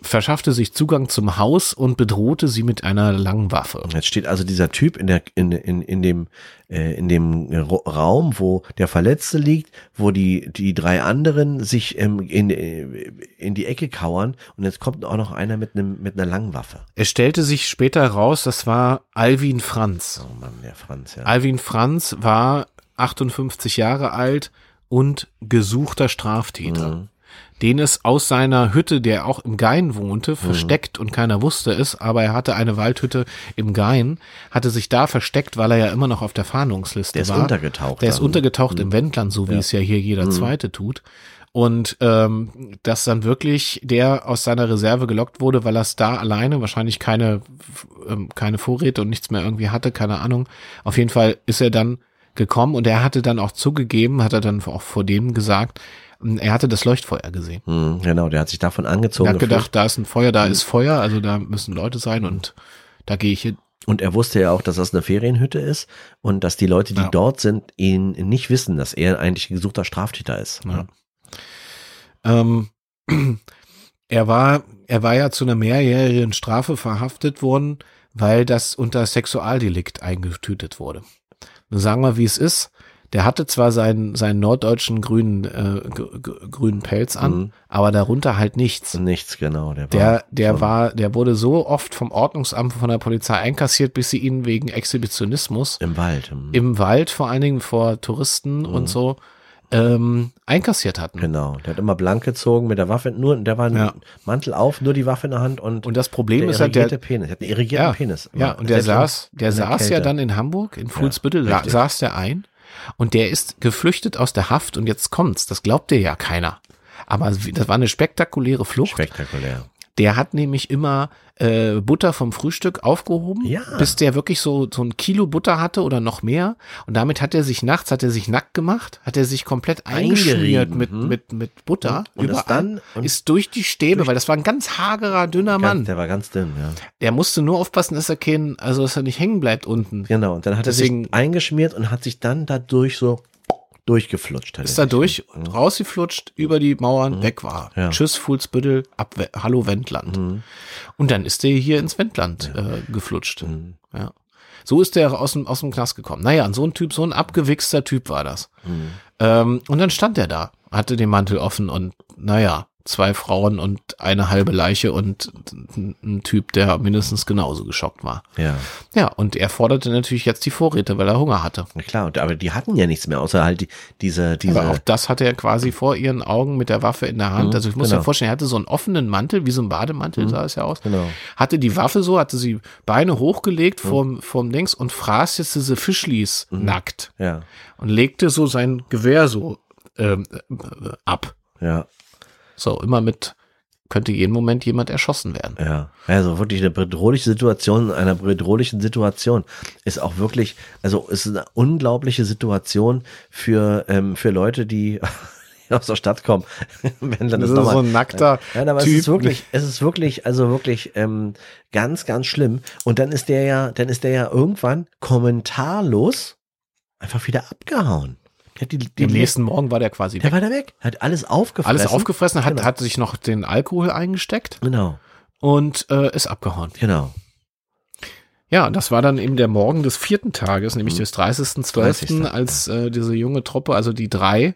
Speaker 1: verschaffte sich Zugang zum Haus und bedrohte sie mit einer langen Waffe.
Speaker 2: Jetzt steht also dieser Typ in der in, in, in dem äh, in dem äh, Ru- Raum, wo der Verletzte liegt, wo die die drei anderen sich ähm, in äh, in die Ecke kauern und jetzt kommt auch noch einer mit einem mit einer langen Waffe.
Speaker 1: Es stellte sich später raus, das war Alwin Franz.
Speaker 2: Oh Mann, der Franz, ja.
Speaker 1: Alwin Franz war 58 Jahre alt und gesuchter Straftäter,
Speaker 2: Mhm.
Speaker 1: den es aus seiner Hütte, der auch im Gain
Speaker 2: Mhm.
Speaker 1: wohnte, versteckt und keiner wusste es, aber er hatte eine Waldhütte im Gain, hatte sich da versteckt, weil er ja immer noch auf der Fahndungsliste
Speaker 2: Der ist
Speaker 1: war.
Speaker 2: untergetaucht.
Speaker 1: Der ist
Speaker 2: dann.
Speaker 1: untergetaucht im Wendland, so wie es ja hier jeder Zweite tut. Und ähm, dass dann wirklich der aus seiner Reserve gelockt wurde, weil er es da alleine wahrscheinlich keine, f- ähm, keine Vorräte und nichts mehr irgendwie hatte, keine Ahnung. Auf jeden Fall ist er dann gekommen und er hatte dann auch zugegeben, hat er dann auch vor dem gesagt, ähm, er hatte das Leuchtfeuer gesehen.
Speaker 2: Hm, genau, der hat sich davon angezogen.
Speaker 1: er hat
Speaker 2: gefühlt.
Speaker 1: gedacht, da ist ein Feuer, da ist Feuer, also da müssen Leute sein und da gehe ich hin.
Speaker 2: Und er wusste ja auch, dass das eine Ferienhütte ist und dass die Leute, die
Speaker 1: Ja.
Speaker 2: dort sind, ihn nicht wissen, dass er eigentlich ein gesuchter Straftäter ist.
Speaker 1: Ja. Ähm, er war, er war ja zu einer mehrjährigen Strafe verhaftet worden, weil das unter Sexualdelikt eingetütet wurde. Nun sagen wir, wie es ist. Der hatte zwar seinen, seinen norddeutschen grünen, äh, gr- gr- grünen Pelz an,
Speaker 2: Mhm.
Speaker 1: aber darunter halt nichts.
Speaker 2: Nichts, genau. Der war,
Speaker 1: Der, der
Speaker 2: schon-
Speaker 1: war, der wurde so oft vom Ordnungsamt von der Polizei einkassiert, bis sie ihn wegen Exhibitionismus
Speaker 2: im Wald. hm.
Speaker 1: im Wald, vor allen Dingen vor Touristen
Speaker 2: Mhm.
Speaker 1: und so, ähm, einkassiert hatten.
Speaker 2: Genau, der hat immer blank gezogen mit der Waffe, nur der war
Speaker 1: Ja.
Speaker 2: Mantel auf, nur die Waffe in der Hand und,
Speaker 1: Und das Problem
Speaker 2: der
Speaker 1: ist halt,
Speaker 2: irrigierte
Speaker 1: der,
Speaker 2: Penis, der hat einen irrigierten Penis.
Speaker 1: Ja, und der saß, der saß ja dann in Hamburg, in Fuhlsbüttel, sa-
Speaker 2: richtig.
Speaker 1: saß der ein und der ist geflüchtet aus der Haft und jetzt kommt's. Das glaubt dir ja keiner. Aber wie- das war eine spektakuläre Flucht.
Speaker 2: spektakulär.
Speaker 1: Der hat nämlich immer äh, Butter vom Frühstück aufgehoben,
Speaker 2: Ja.
Speaker 1: bis der wirklich so so ein Kilo Butter hatte oder noch mehr. Und damit hat er sich nachts, hat er sich nackt gemacht, hat er sich komplett eingeschmiert
Speaker 2: Eingerieben,
Speaker 1: mit
Speaker 2: mhm.
Speaker 1: mit mit Butter
Speaker 2: Und- und das dann- und-
Speaker 1: ist durch die Stäbe, weil das war ein ganz hagerer dünner Mann.
Speaker 2: Ganz, der war ganz dünn, ja.
Speaker 1: Der musste nur aufpassen, dass er kein, also dass er nicht hängen bleibt unten.
Speaker 2: Genau, und dann hat er
Speaker 1: Deswegen-
Speaker 2: sich eingeschmiert und hat sich dann dadurch so durchgeflutscht. hat
Speaker 1: Ist
Speaker 2: er
Speaker 1: da
Speaker 2: sich.
Speaker 1: durch, rausgeflutscht, über die Mauern, weg war.
Speaker 2: Ja.
Speaker 1: Tschüss, Fuhlsbüttel, ab, We- hallo Wendland. Und dann ist der hier ins Wendland äh, geflutscht. Ja. So ist der aus dem, aus dem Knast gekommen. Naja, und so ein Typ, so ein abgewichster Typ war das. Ähm, und dann stand er da, hatte den Mantel offen und naja, zwei Frauen und eine halbe Leiche und ein ein Typ, der mindestens genauso geschockt war.
Speaker 2: Ja,
Speaker 1: Ja, und er forderte natürlich jetzt die Vorräte, weil er Hunger hatte.
Speaker 2: na klar, und, aber die hatten ja nichts mehr, außer halt die, diese, diese.
Speaker 1: Aber auch das hatte er quasi vor ihren Augen mit der Waffe in der Hand. also ich muss
Speaker 2: genau.
Speaker 1: mir vorstellen, er hatte so einen offenen Mantel, wie so ein Bademantel sah es ja aus.
Speaker 2: Genau. Mhm.
Speaker 1: Hatte die Waffe so, hatte sie Beine hochgelegt vorm, vorm Dings und fraß jetzt diese Fischlis nackt
Speaker 2: ja,
Speaker 1: und legte so sein Gewehr so ähm, ab.
Speaker 2: Ja,
Speaker 1: So, immer mit, könnte jeden Moment jemand erschossen werden.
Speaker 2: ja. Also wirklich eine bedrohliche Situation, in einer bedrohlichen Situation ist auch wirklich, also ist eine unglaubliche Situation für, ähm, für Leute, die aus der Stadt kommen. Wenn dann noch mal-
Speaker 1: nackter
Speaker 2: Nein, aber es ist wirklich, es ist wirklich, also wirklich ähm, ganz, ganz schlimm. Und dann ist der ja, dann ist der ja irgendwann kommentarlos einfach wieder abgehauen. Hat die, die,
Speaker 1: Am nächsten Morgen war der quasi
Speaker 2: der
Speaker 1: weg.
Speaker 2: war da weg, hat alles aufgefressen.
Speaker 1: Alles aufgefressen, hat,
Speaker 2: Genau.
Speaker 1: hat sich noch den Alkohol eingesteckt
Speaker 2: Genau,
Speaker 1: und äh, ist abgehauen.
Speaker 2: genau.
Speaker 1: Ja, das war dann eben der Morgen des vierten Tages,
Speaker 2: Mhm.
Speaker 1: nämlich des 30.12.,
Speaker 2: 30.,
Speaker 1: als äh, diese junge Truppe, also die drei,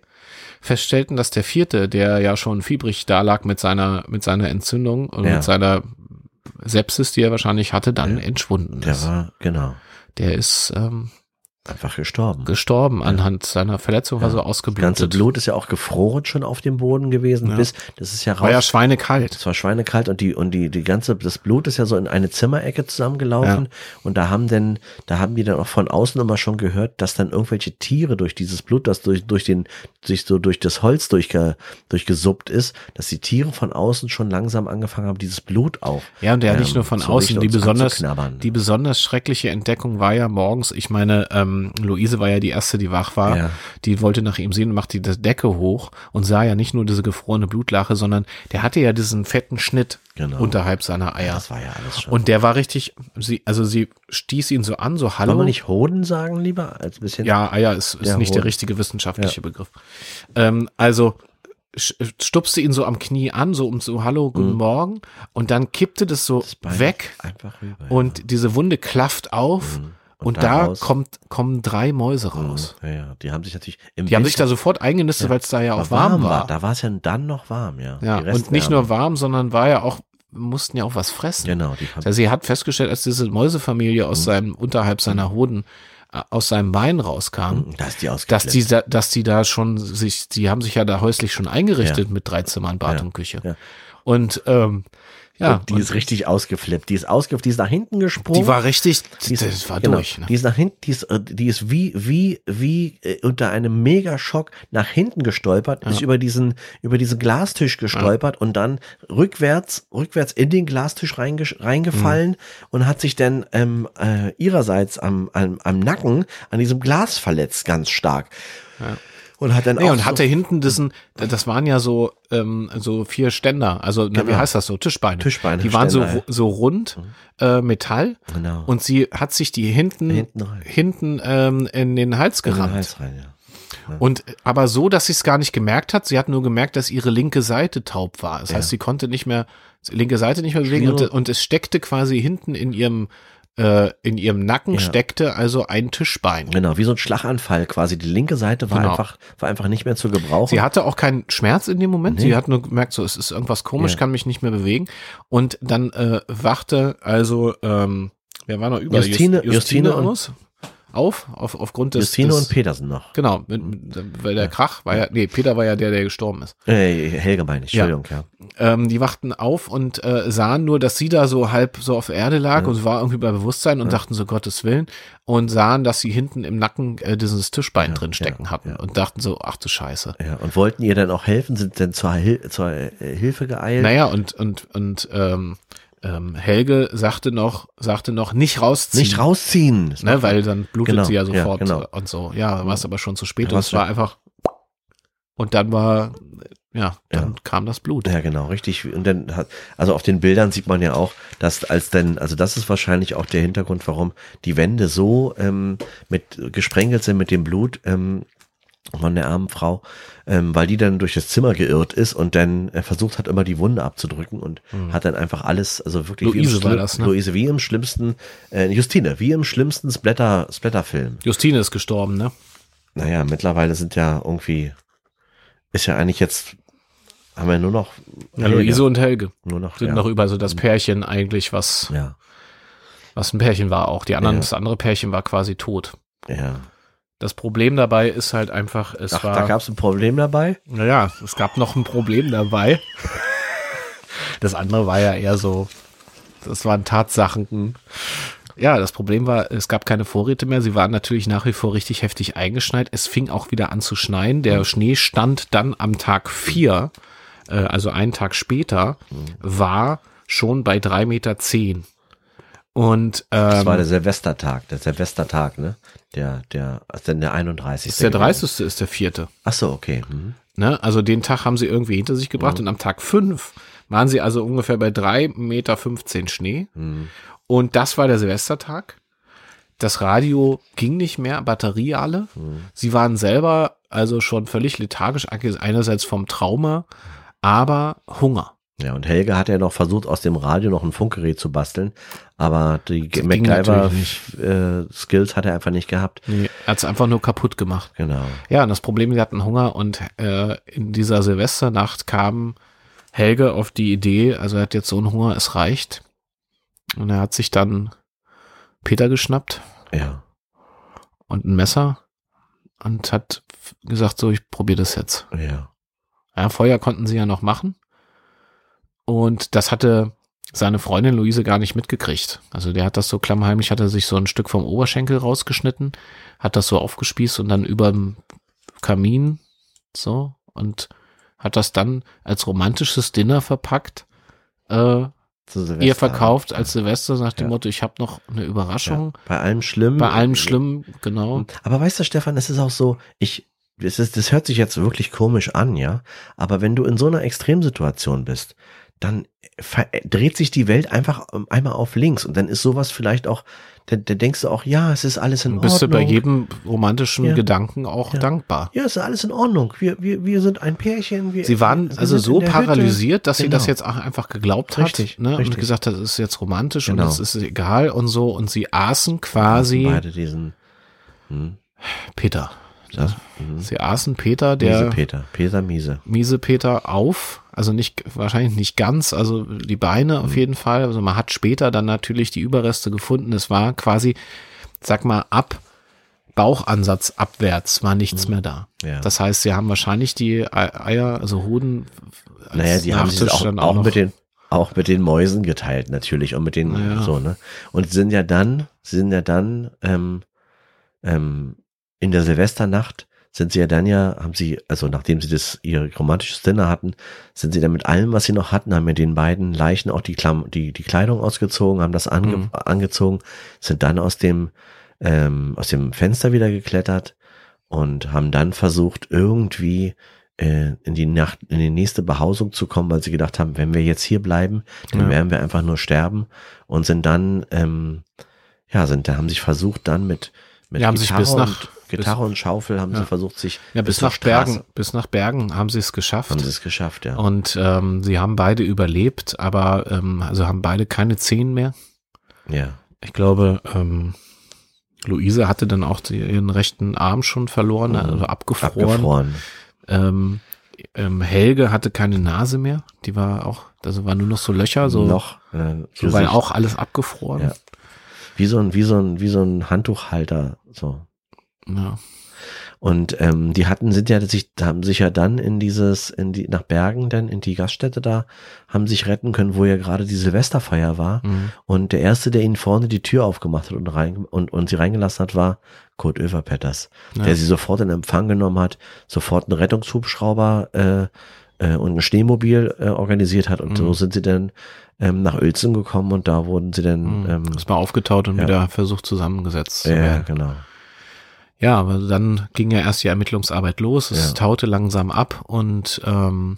Speaker 1: feststellten, dass der vierte, der ja schon fiebrig da lag mit seiner, mit seiner Entzündung und
Speaker 2: Ja.
Speaker 1: mit seiner Sepsis, die er wahrscheinlich hatte, dann
Speaker 2: Ja.
Speaker 1: entschwunden
Speaker 2: Der
Speaker 1: ist.
Speaker 2: war, genau,
Speaker 1: Der ist ähm,
Speaker 2: einfach gestorben.
Speaker 1: gestorben anhand seiner Verletzung, war so
Speaker 2: Das ganze
Speaker 1: ausgeblutet.
Speaker 2: Blut ist ja auch gefroren schon auf dem Boden gewesen,
Speaker 1: Ja.
Speaker 2: bis das ist ja raus.
Speaker 1: War ja schweinekalt.
Speaker 2: es war schweinekalt und die und die die ganze das Blut ist ja so in eine Zimmerecke zusammengelaufen und da haben denn da haben die dann auch von außen immer schon gehört, dass dann irgendwelche Tiere durch dieses Blut, das durch durch den sich so durch das Holz durchge, durchgesuppt ist, dass die Tiere von außen schon langsam angefangen haben, dieses Blut auch.
Speaker 1: Ja, und der
Speaker 2: ähm,
Speaker 1: nicht nur von
Speaker 2: zu
Speaker 1: außen,
Speaker 2: riechen
Speaker 1: die
Speaker 2: und
Speaker 1: besonders,
Speaker 2: anzuknabbern.
Speaker 1: die besonders schreckliche Entdeckung war ja morgens, ich meine, ähm, Luise war ja die erste, die wach war,
Speaker 2: Ja.
Speaker 1: die wollte nach ihm sehen, macht die das Decke hoch und sah ja nicht nur diese gefrorene Blutlache, sondern der hatte ja diesen fetten Schnitt
Speaker 2: Genau.
Speaker 1: unterhalb seiner Eier.
Speaker 2: das war ja alles schon.
Speaker 1: und der war richtig, sie, also sie stieß ihn so an, so hallo.
Speaker 2: Wollen wir nicht Hoden sagen lieber als ein bisschen
Speaker 1: Ja, Eier ist, ist
Speaker 2: Ja,
Speaker 1: nicht der
Speaker 2: wohl.
Speaker 1: richtige wissenschaftliche Begriff. Ähm, also sch- stupste ihn so am Knie an, so um so Hallo, guten Morgen. Und dann kippte das so
Speaker 2: Mhm. das Bein
Speaker 1: weg
Speaker 2: einfach rüber.
Speaker 1: und diese Wunde klafft auf.
Speaker 2: Mhm.
Speaker 1: Und, da
Speaker 2: daraus-
Speaker 1: kommt, kommen drei Mäuse
Speaker 2: ja.
Speaker 1: raus.
Speaker 2: Ja, ja, Mhm. die haben sich natürlich im
Speaker 1: Die haben sich
Speaker 2: Winter-
Speaker 1: da sofort eingenistet, weil es da ja auch
Speaker 2: Aber
Speaker 1: warm war.
Speaker 2: Da war es ja dann noch warm,
Speaker 1: ja,
Speaker 2: ja. Die Restwärme.
Speaker 1: und nicht nur warm, sondern war ja auch, mussten ja auch was fressen.
Speaker 2: Genau, Mhm. die haben
Speaker 1: Also sie hat festgestellt, als diese Mäusefamilie aus seinem, unterhalb seiner Hoden, äh, aus seinem Bein rauskam,
Speaker 2: da ist die
Speaker 1: dass
Speaker 2: ausgeklebt.
Speaker 1: die, da, dass die da schon sich, die haben sich ja da häuslich schon eingerichtet
Speaker 2: Ja.
Speaker 1: mit drei Zimmern, Bad und Küche.
Speaker 2: ja.
Speaker 1: Und ähm, ja,
Speaker 2: und die
Speaker 1: und
Speaker 2: ist richtig ausgeflippt. Die ist ausgeflippt, die ist nach hinten gesprungen.
Speaker 1: die war richtig,
Speaker 2: Die ist-
Speaker 1: das war
Speaker 2: genau,
Speaker 1: durch. Ne?
Speaker 2: Die ist nach hinten, die ist, äh, die ist wie, wie, wie äh, unter einem Megaschock nach hinten gestolpert, ist über diesen, über diesen Glastisch gestolpert und dann rückwärts, rückwärts in den Glastisch reingesch- reingefallen
Speaker 1: Mhm.
Speaker 2: und hat sich dann ähm, äh, ihrerseits am, am, am Nacken an diesem Glas verletzt, ganz stark. Und hat dann
Speaker 1: Nee,
Speaker 2: auch
Speaker 1: und
Speaker 2: so-
Speaker 1: hatte hinten diesen, das waren ja so, ähm, so vier Ständer, also na, wie
Speaker 2: Genau.
Speaker 1: heißt das so? Tischbeine.
Speaker 2: Tischbeine,
Speaker 1: Die waren so,
Speaker 2: Ständer, ja. Mhm.
Speaker 1: so rund, äh, Metall.
Speaker 2: Genau.
Speaker 1: Und sie hat sich die hinten,
Speaker 2: Hinten
Speaker 1: hinten,
Speaker 2: rein.
Speaker 1: ähm, in den Hals
Speaker 2: in
Speaker 1: gerammt.
Speaker 2: den Hals ne. rein, ja.
Speaker 1: Und aber so, dass sie es gar nicht gemerkt hat. Sie hat nur gemerkt, dass ihre linke Seite taub war. Das heißt, sie konnte nicht mehr die linke Seite nicht mehr bewegen und,
Speaker 2: Schwierig.
Speaker 1: und es steckte quasi hinten in ihrem äh, in ihrem Nacken
Speaker 2: Ja.
Speaker 1: steckte also ein Tischbein.
Speaker 2: Genau, wie so ein Schlaganfall quasi. Die linke Seite war
Speaker 1: Genau.
Speaker 2: einfach war einfach nicht mehr zu gebrauchen.
Speaker 1: Sie hatte auch keinen Schmerz in dem Moment. Sie
Speaker 2: Nee.
Speaker 1: hat nur gemerkt, so es ist irgendwas komisch,
Speaker 2: Ja.
Speaker 1: kann mich nicht mehr bewegen. Und dann äh, wachte also ähm, wer war noch über
Speaker 2: Justine-
Speaker 1: Just-
Speaker 2: Justine und-
Speaker 1: aus, auf, auf aufgrund des
Speaker 2: Justine
Speaker 1: des,
Speaker 2: und Petersen noch.
Speaker 1: genau, mit, mit, weil der Krach war ja nee Peter war ja der der gestorben ist.
Speaker 2: Äh, Helge meine ich,
Speaker 1: Ja.
Speaker 2: Entschuldigung, ja.
Speaker 1: Ähm, die wachten auf und äh, sahen nur, dass sie da so halb so auf Erde lag und war irgendwie bei Bewusstsein und dachten so Gottes Willen und sahen, dass sie hinten im Nacken äh, dieses Tischbein drin stecken hatten und dachten so, ach du Scheiße.
Speaker 2: ja. Und wollten ihr dann auch helfen, sind dann zur, Hil zur äh, Hilfe geeilt.
Speaker 1: Naja, und, und, und ähm, ähm, Helge sagte noch, sagte noch, nicht rausziehen.
Speaker 2: Nicht rausziehen. Das
Speaker 1: Ne,
Speaker 2: macht-
Speaker 1: weil dann blutet
Speaker 2: Genau,
Speaker 1: sie ja
Speaker 2: ja,
Speaker 1: sofort
Speaker 2: genau.
Speaker 1: und so. Ja, war es aber schon zu spät
Speaker 2: Ja,
Speaker 1: und
Speaker 2: war's
Speaker 1: es war
Speaker 2: schon.
Speaker 1: einfach und dann war, ja, dann kam das Blut.
Speaker 2: ja, genau, richtig. Und dann hat, also auf den Bildern sieht man ja auch, dass als denn, also das ist wahrscheinlich auch der Hintergrund, warum die Wände so ähm, mit gesprenkelt sind mit dem Blut, ähm, von der armen Frau, ähm, weil die dann durch das Zimmer geirrt ist und dann äh, versucht hat, immer die Wunde abzudrücken und hat dann einfach alles, also wirklich
Speaker 1: Mhm. Luise
Speaker 2: wie im
Speaker 1: war
Speaker 2: Schlim-
Speaker 1: das, ne?
Speaker 2: Luise, wie im schlimmsten, äh, Justine, wie im schlimmsten Splatter, Splatterfilm.
Speaker 1: Justine ist gestorben, ne?
Speaker 2: Naja, mittlerweile sind ja irgendwie, ist ja eigentlich jetzt, haben wir nur noch,
Speaker 1: Ja, Luise und Helge.
Speaker 2: nur noch,
Speaker 1: sind
Speaker 2: ja. Mhm.
Speaker 1: noch über so das Pärchen eigentlich, was,
Speaker 2: ja,
Speaker 1: was ein Pärchen war auch. Die anderen,
Speaker 2: Ja.
Speaker 1: das andere Pärchen war quasi tot.
Speaker 2: ja.
Speaker 1: Das Problem dabei ist halt einfach, es
Speaker 2: Ach, da
Speaker 1: war,
Speaker 2: gab es ein Problem dabei?
Speaker 1: naja, es gab noch ein Problem dabei. Das andere war ja eher so, das waren Tatsachen. Ja, das Problem war, es gab keine Vorräte mehr. Sie waren natürlich nach wie vor richtig heftig eingeschneit. Es fing auch wieder an zu schneien.
Speaker 2: Mhm.
Speaker 1: Der Schnee stand dann am Tag vier, äh, also einen Tag später,
Speaker 2: Mhm.
Speaker 1: war schon bei drei Meter. zehn. Und
Speaker 2: Das war
Speaker 1: ähm,
Speaker 2: der Silvestertag, der Silvestertag, ne? Der, der, also dann der 31.
Speaker 1: ist der 30. ist der vierte.
Speaker 2: Ach so, okay. Mhm.
Speaker 1: Ne? Also den Tag haben sie irgendwie hinter sich gebracht und am Tag fünf waren sie also ungefähr bei drei Meter 15 Schnee. Und das war der Silvestertag. Das Radio ging nicht mehr, Batterie alle. Sie waren selber also schon völlig lethargisch, einerseits vom Trauma, aber Hunger.
Speaker 2: Ja, und Helge hat ja noch versucht, aus dem Radio noch ein Funkgerät zu basteln, aber die
Speaker 1: Das ging natürlich
Speaker 2: MacGyver-Skills hat er einfach nicht gehabt.
Speaker 1: Nee, hat's einfach nur kaputt gemacht.
Speaker 2: Genau.
Speaker 1: Ja, und das Problem, wir hatten Hunger und äh, in dieser Silvesternacht kam Helge auf die Idee, also er hat jetzt so einen Hunger, es reicht. Und er hat sich dann Peter geschnappt
Speaker 2: Ja.
Speaker 1: und ein Messer und hat f- gesagt, so, ich probiere das jetzt.
Speaker 2: Ja.
Speaker 1: Ja, Feuer konnten sie ja noch machen. Und das hatte seine Freundin Luise gar nicht mitgekriegt. Also der hat das so klammheimlich, hat er sich so ein Stück vom Oberschenkel rausgeschnitten, hat das so aufgespießt und dann überm Kamin so und hat das dann als romantisches Dinner verpackt, äh,
Speaker 2: Zu Silvester.
Speaker 1: ihr verkauft als Silvester nach dem
Speaker 2: Ja.
Speaker 1: Motto, ich habe noch eine
Speaker 2: Ja.
Speaker 1: Überraschung.
Speaker 2: Bei allem schlimm. äh,
Speaker 1: Bei allem Schlimmen, genau.
Speaker 2: Aber weißt du, Stefan, es ist auch so, ich, es ist, das hört sich jetzt wirklich komisch an, ja. Aber wenn du in so einer Extremsituation bist, dann ver- dreht sich die Welt einfach ähm, einmal auf links und dann ist sowas vielleicht auch, dann, dann denkst du auch, ja, es ist alles in
Speaker 1: Und
Speaker 2: Ordnung.
Speaker 1: bist du bei jedem romantischen
Speaker 2: Ja.
Speaker 1: Gedanken auch
Speaker 2: Ja.
Speaker 1: dankbar.
Speaker 2: Ja, es ist alles in Ordnung. Wir, wir, wir sind ein Pärchen. Wir,
Speaker 1: Sie waren
Speaker 2: wir
Speaker 1: also
Speaker 2: sind
Speaker 1: so
Speaker 2: in der Hütte.
Speaker 1: paralysiert, dass sie
Speaker 2: Genau.
Speaker 1: das jetzt auch einfach geglaubt hat
Speaker 2: Richtig,
Speaker 1: ne? und
Speaker 2: richtig.
Speaker 1: gesagt hat, es ist jetzt romantisch
Speaker 2: Genau.
Speaker 1: und es ist egal und so. Und sie aßen quasi
Speaker 2: Beide diesen. Hm,
Speaker 1: Peter. Mhm.
Speaker 2: das, hm,
Speaker 1: Sie aßen Peter, der
Speaker 2: miese
Speaker 1: miese Peter.
Speaker 2: Peter. Peter Miese.
Speaker 1: auf. Also nicht, wahrscheinlich nicht ganz, also die Beine
Speaker 2: Mhm.
Speaker 1: auf jeden Fall. Also man hat später dann natürlich die Überreste gefunden. Es war quasi, sag mal, ab Bauchansatz abwärts war nichts
Speaker 2: Mhm.
Speaker 1: mehr da.
Speaker 2: Ja.
Speaker 1: Das heißt, sie haben wahrscheinlich die Ei- Eier, also Hoden. als
Speaker 2: Naja, die haben sich
Speaker 1: Nachtisch
Speaker 2: auch,
Speaker 1: dann
Speaker 2: auch,
Speaker 1: noch-
Speaker 2: mit den auch mit den Mäusen geteilt natürlich und mit den
Speaker 1: Naja.
Speaker 2: so ne und sind ja dann sind ja dann ähm, ähm, in der Silvesternacht sind sie ja dann ja haben sie also nachdem sie das ihr romantisches Dinner hatten sind sie dann mit allem was sie noch hatten haben ja den beiden Leichen auch die Klam die die Kleidung ausgezogen haben das ange
Speaker 1: Mhm.
Speaker 2: angezogen sind dann aus dem ähm, aus dem Fenster wieder geklettert und haben dann versucht, irgendwie äh, in die Nacht, in die nächste Behausung zu kommen, weil sie gedacht haben, wenn wir jetzt hier bleiben, dann
Speaker 1: Ja.
Speaker 2: werden wir einfach nur sterben und sind dann, ähm, ja, sind, da haben sich versucht, dann mit, mit
Speaker 1: Die haben sich bis nach-
Speaker 2: und, Gitarre und Schaufel haben
Speaker 1: Ja.
Speaker 2: sie versucht, sich
Speaker 1: Ja, bis,
Speaker 2: zur
Speaker 1: nach
Speaker 2: Straße-
Speaker 1: Bergen, bis nach Bergen haben sie es geschafft.
Speaker 2: haben sie es geschafft, ja.
Speaker 1: und ähm, sie haben beide überlebt, aber ähm, also haben beide keine Zehen mehr.
Speaker 2: ja.
Speaker 1: Ich glaube, ähm, Luise hatte dann auch die, ihren rechten Arm schon verloren,
Speaker 2: Mhm.
Speaker 1: also abgefroren.
Speaker 2: Abgefroren.
Speaker 1: Ähm, ähm, Helge hatte keine Nase mehr, die war auch, also war nur noch so Löcher, so,
Speaker 2: noch, äh,
Speaker 1: so weil
Speaker 2: Gesicht.
Speaker 1: auch alles abgefroren.
Speaker 2: Ja. wie so ein, wie so ein, wie so ein Handtuchhalter, so.
Speaker 1: Ja.
Speaker 2: Und ähm, die hatten, sind ja sich, haben sich ja dann in dieses, in die, nach Bergen, dann in die Gaststätte da, haben sich retten können, wo ja gerade die Silvesterfeier war.
Speaker 1: Mhm.
Speaker 2: Und der Erste, der ihnen vorne die Tür aufgemacht hat und rein und, und sie reingelassen hat, war Kurt Oeverpetters,
Speaker 1: Ja.
Speaker 2: der sie sofort in Empfang genommen hat, sofort einen Rettungshubschrauber äh, äh, und ein Schneemobil äh, organisiert hat. Und
Speaker 1: Mhm.
Speaker 2: so sind sie dann ähm, nach Uelzen gekommen und da wurden sie dann
Speaker 1: Mhm.
Speaker 2: ähm,
Speaker 1: Ist mal aufgetaut und
Speaker 2: ja.
Speaker 1: wieder versucht zusammengesetzt zu
Speaker 2: ja,
Speaker 1: werden.
Speaker 2: genau.
Speaker 1: Ja, aber dann ging ja erst die Ermittlungsarbeit los. Es
Speaker 2: Ja.
Speaker 1: taute langsam ab und ähm,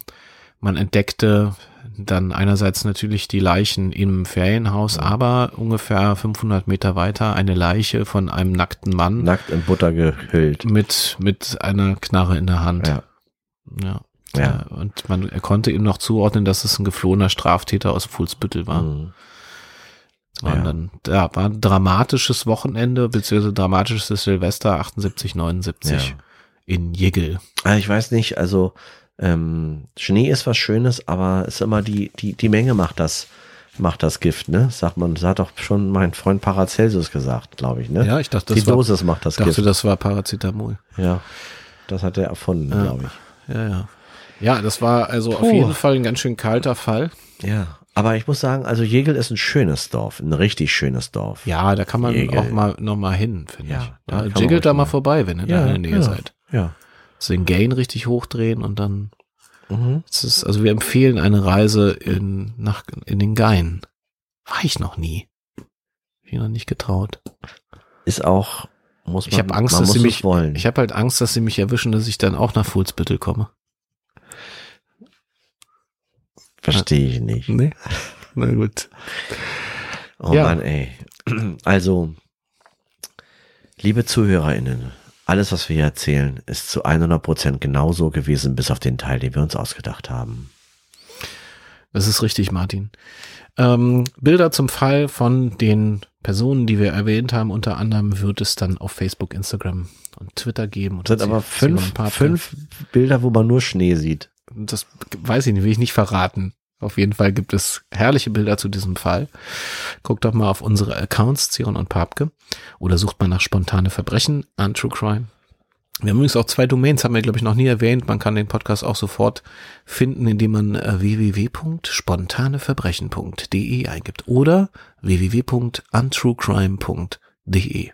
Speaker 1: man entdeckte dann einerseits natürlich die Leichen im Ferienhaus, aber ungefähr 500 Meter weiter eine Leiche von einem nackten Mann
Speaker 2: Nackt in Butter gehüllt.
Speaker 1: mit, mit einer Knarre in der Hand.
Speaker 2: Ja.
Speaker 1: Ja.
Speaker 2: Ja.
Speaker 1: Ja, Und man konnte ihm noch zuordnen, dass es ein geflohener Straftäter aus Fuhlsbüttel war.
Speaker 2: Mhm.
Speaker 1: War
Speaker 2: Ja.
Speaker 1: dann, da war ein dramatisches Wochenende, beziehungsweise dramatisches Silvester 78, 79
Speaker 2: Ja.
Speaker 1: in Jegel.
Speaker 2: Ah, ich weiß nicht, also ähm, Schnee ist was Schönes, aber ist immer die, die, die Menge macht das, macht das Gift, ne? Sagt man, das hat doch schon mein Freund Paracelsus gesagt, glaube ich, ne?
Speaker 1: Ja, ich dachte,
Speaker 2: die
Speaker 1: das war,
Speaker 2: Dosis macht das
Speaker 1: dachte,
Speaker 2: Gift.
Speaker 1: das war Paracetamol.
Speaker 2: ja. Das hat er erfunden, glaube ich.
Speaker 1: Ja, ja. Ja, das war also auf
Speaker 2: Puh.
Speaker 1: jeden Fall ein ganz schön kalter Fall.
Speaker 2: Ja. Aber ich muss sagen, also Jegel ist ein schönes Dorf, ein richtig schönes Dorf.
Speaker 1: Ja, da kann man
Speaker 2: Jegel.
Speaker 1: auch mal nochmal hin, finde
Speaker 2: Ja,
Speaker 1: ich.
Speaker 2: da
Speaker 1: Da
Speaker 2: kann man ruhig
Speaker 1: jiggelt da mal
Speaker 2: mal. genau.
Speaker 1: vorbei, wenn ihr da in der Nähe seid.
Speaker 2: Ja.
Speaker 1: Also den Gain richtig hochdrehen und dann
Speaker 2: Mhm.
Speaker 1: ist es, also wir empfehlen eine Reise in, nach, in den Gain. War ich noch nie. Hab Ich noch nicht getraut.
Speaker 2: Ist auch, muss man,
Speaker 1: Ich hab Angst,
Speaker 2: man
Speaker 1: dass
Speaker 2: muss
Speaker 1: sie
Speaker 2: es
Speaker 1: mich-
Speaker 2: wollen.
Speaker 1: Ich habe halt Angst, dass sie mich erwischen, dass ich dann auch nach Fuhlsbüttel komme.
Speaker 2: Verstehe ich nicht.
Speaker 1: Nee. Na gut.
Speaker 2: Oh
Speaker 1: Ja.
Speaker 2: Mann, ey. Also, liebe ZuhörerInnen, alles, was wir hier erzählen, ist zu 100% genauso gewesen, bis auf den Teil, den wir uns ausgedacht haben.
Speaker 1: Das ist richtig, Martin. Ähm, Bilder zum Fall von den Personen, die wir erwähnt haben, unter anderem wird es dann auf Facebook, Instagram und Twitter geben. Und
Speaker 2: sind aber
Speaker 1: sie- sie waren
Speaker 2: fünf,
Speaker 1: ein paar-
Speaker 2: fünf Bilder, wo man nur Schnee sieht.
Speaker 1: Das weiß ich nicht, will ich nicht verraten. Auf jeden Fall gibt es herrliche Bilder zu diesem Fall. Guckt doch mal auf unsere Accounts, Zion und Papke. Oder sucht mal nach spontane Verbrechen an True Crime. Wir haben übrigens auch zwei Domains, haben wir, glaube ich, noch nie erwähnt. Man kann den Podcast auch sofort finden, indem man äh, www.spontaneverbrechen.de eingibt oder www.untruecrime.de.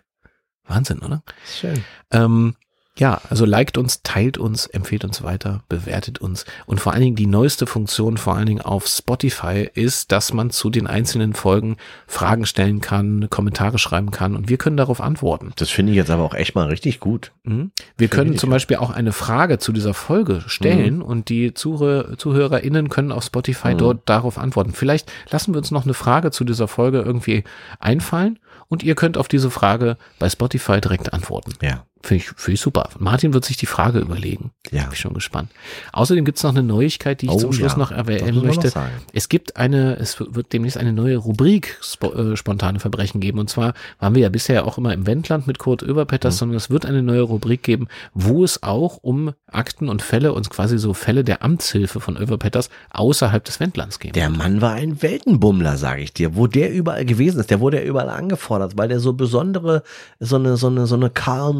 Speaker 1: Wahnsinn, oder?
Speaker 2: Schön.
Speaker 1: Ähm, ja, also liked uns, teilt uns, empfehlt uns weiter, bewertet uns. Und vor allen Dingen die neueste Funktion, vor allen Dingen auf Spotify, ist, dass man zu den einzelnen Folgen Fragen stellen kann, Kommentare schreiben kann und wir können darauf antworten.
Speaker 2: Das finde ich jetzt aber auch echt mal richtig gut.
Speaker 1: Mhm. Wir können
Speaker 2: ich
Speaker 1: zum Beispiel auch eine Frage zu dieser Folge stellen und die Zuhörer, ZuhörerInnen können auf Spotify dort darauf antworten. Vielleicht lassen wir uns noch eine Frage zu dieser Folge irgendwie einfallen und ihr könnt auf diese Frage bei Spotify direkt antworten.
Speaker 2: Ja,
Speaker 1: Finde ich, finde ich super. Martin wird sich die Frage überlegen.
Speaker 2: ja.
Speaker 1: Bin ich schon gespannt. Außerdem gibt es noch eine Neuigkeit, die ich
Speaker 2: Oh
Speaker 1: zum Schluss
Speaker 2: ja.
Speaker 1: noch
Speaker 2: Das
Speaker 1: erwähnen
Speaker 2: muss man noch
Speaker 1: möchte.
Speaker 2: sagen.
Speaker 1: Es gibt eine, es wird demnächst eine neue Rubrik Spo äh, spontane Verbrechen geben. Und zwar waren wir ja bisher auch immer im Wendland mit Kurt Oeberpetters,
Speaker 2: Mhm.
Speaker 1: sondern es wird eine neue Rubrik geben, wo es auch um Akten und Fälle, uns quasi so Fälle der Amtshilfe von Oeberpetters außerhalb des Wendlands geben.
Speaker 2: Der Mann war ein Weltenbummler, sage ich dir. Wo der überall gewesen ist, der wurde ja überall angefordert, weil der so besondere, so eine, so eine, so eine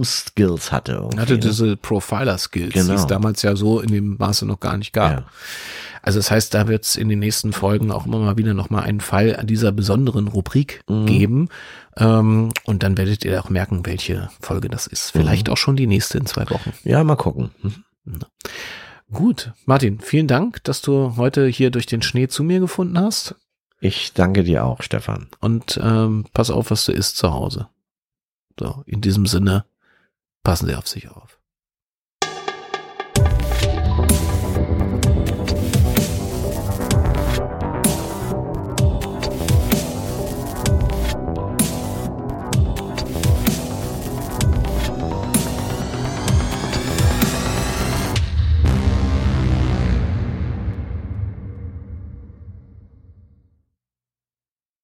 Speaker 2: Calm-Skills hatte. irgendwie,
Speaker 1: Er hatte
Speaker 2: ne?
Speaker 1: diese Profiler-Skills, die
Speaker 2: Genau.
Speaker 1: es damals ja so in dem Maße noch gar nicht gab.
Speaker 2: Ja.
Speaker 1: Also das heißt, da wird es in den nächsten Folgen auch immer mal wieder nochmal einen Fall an dieser besonderen Rubrik
Speaker 2: Mhm.
Speaker 1: geben. Ähm, und dann werdet ihr auch merken, welche Folge das ist. Vielleicht
Speaker 2: Mhm.
Speaker 1: auch schon die nächste in zwei Wochen.
Speaker 2: ja, mal gucken. Hm.
Speaker 1: Gut, Martin, vielen Dank, dass du heute hier durch den Schnee zu mir gefunden hast.
Speaker 2: Ich danke dir auch, Stefan.
Speaker 1: Und ähm, pass auf, was du isst zu Hause. So, in diesem Sinne, passen Sie auf sich auf.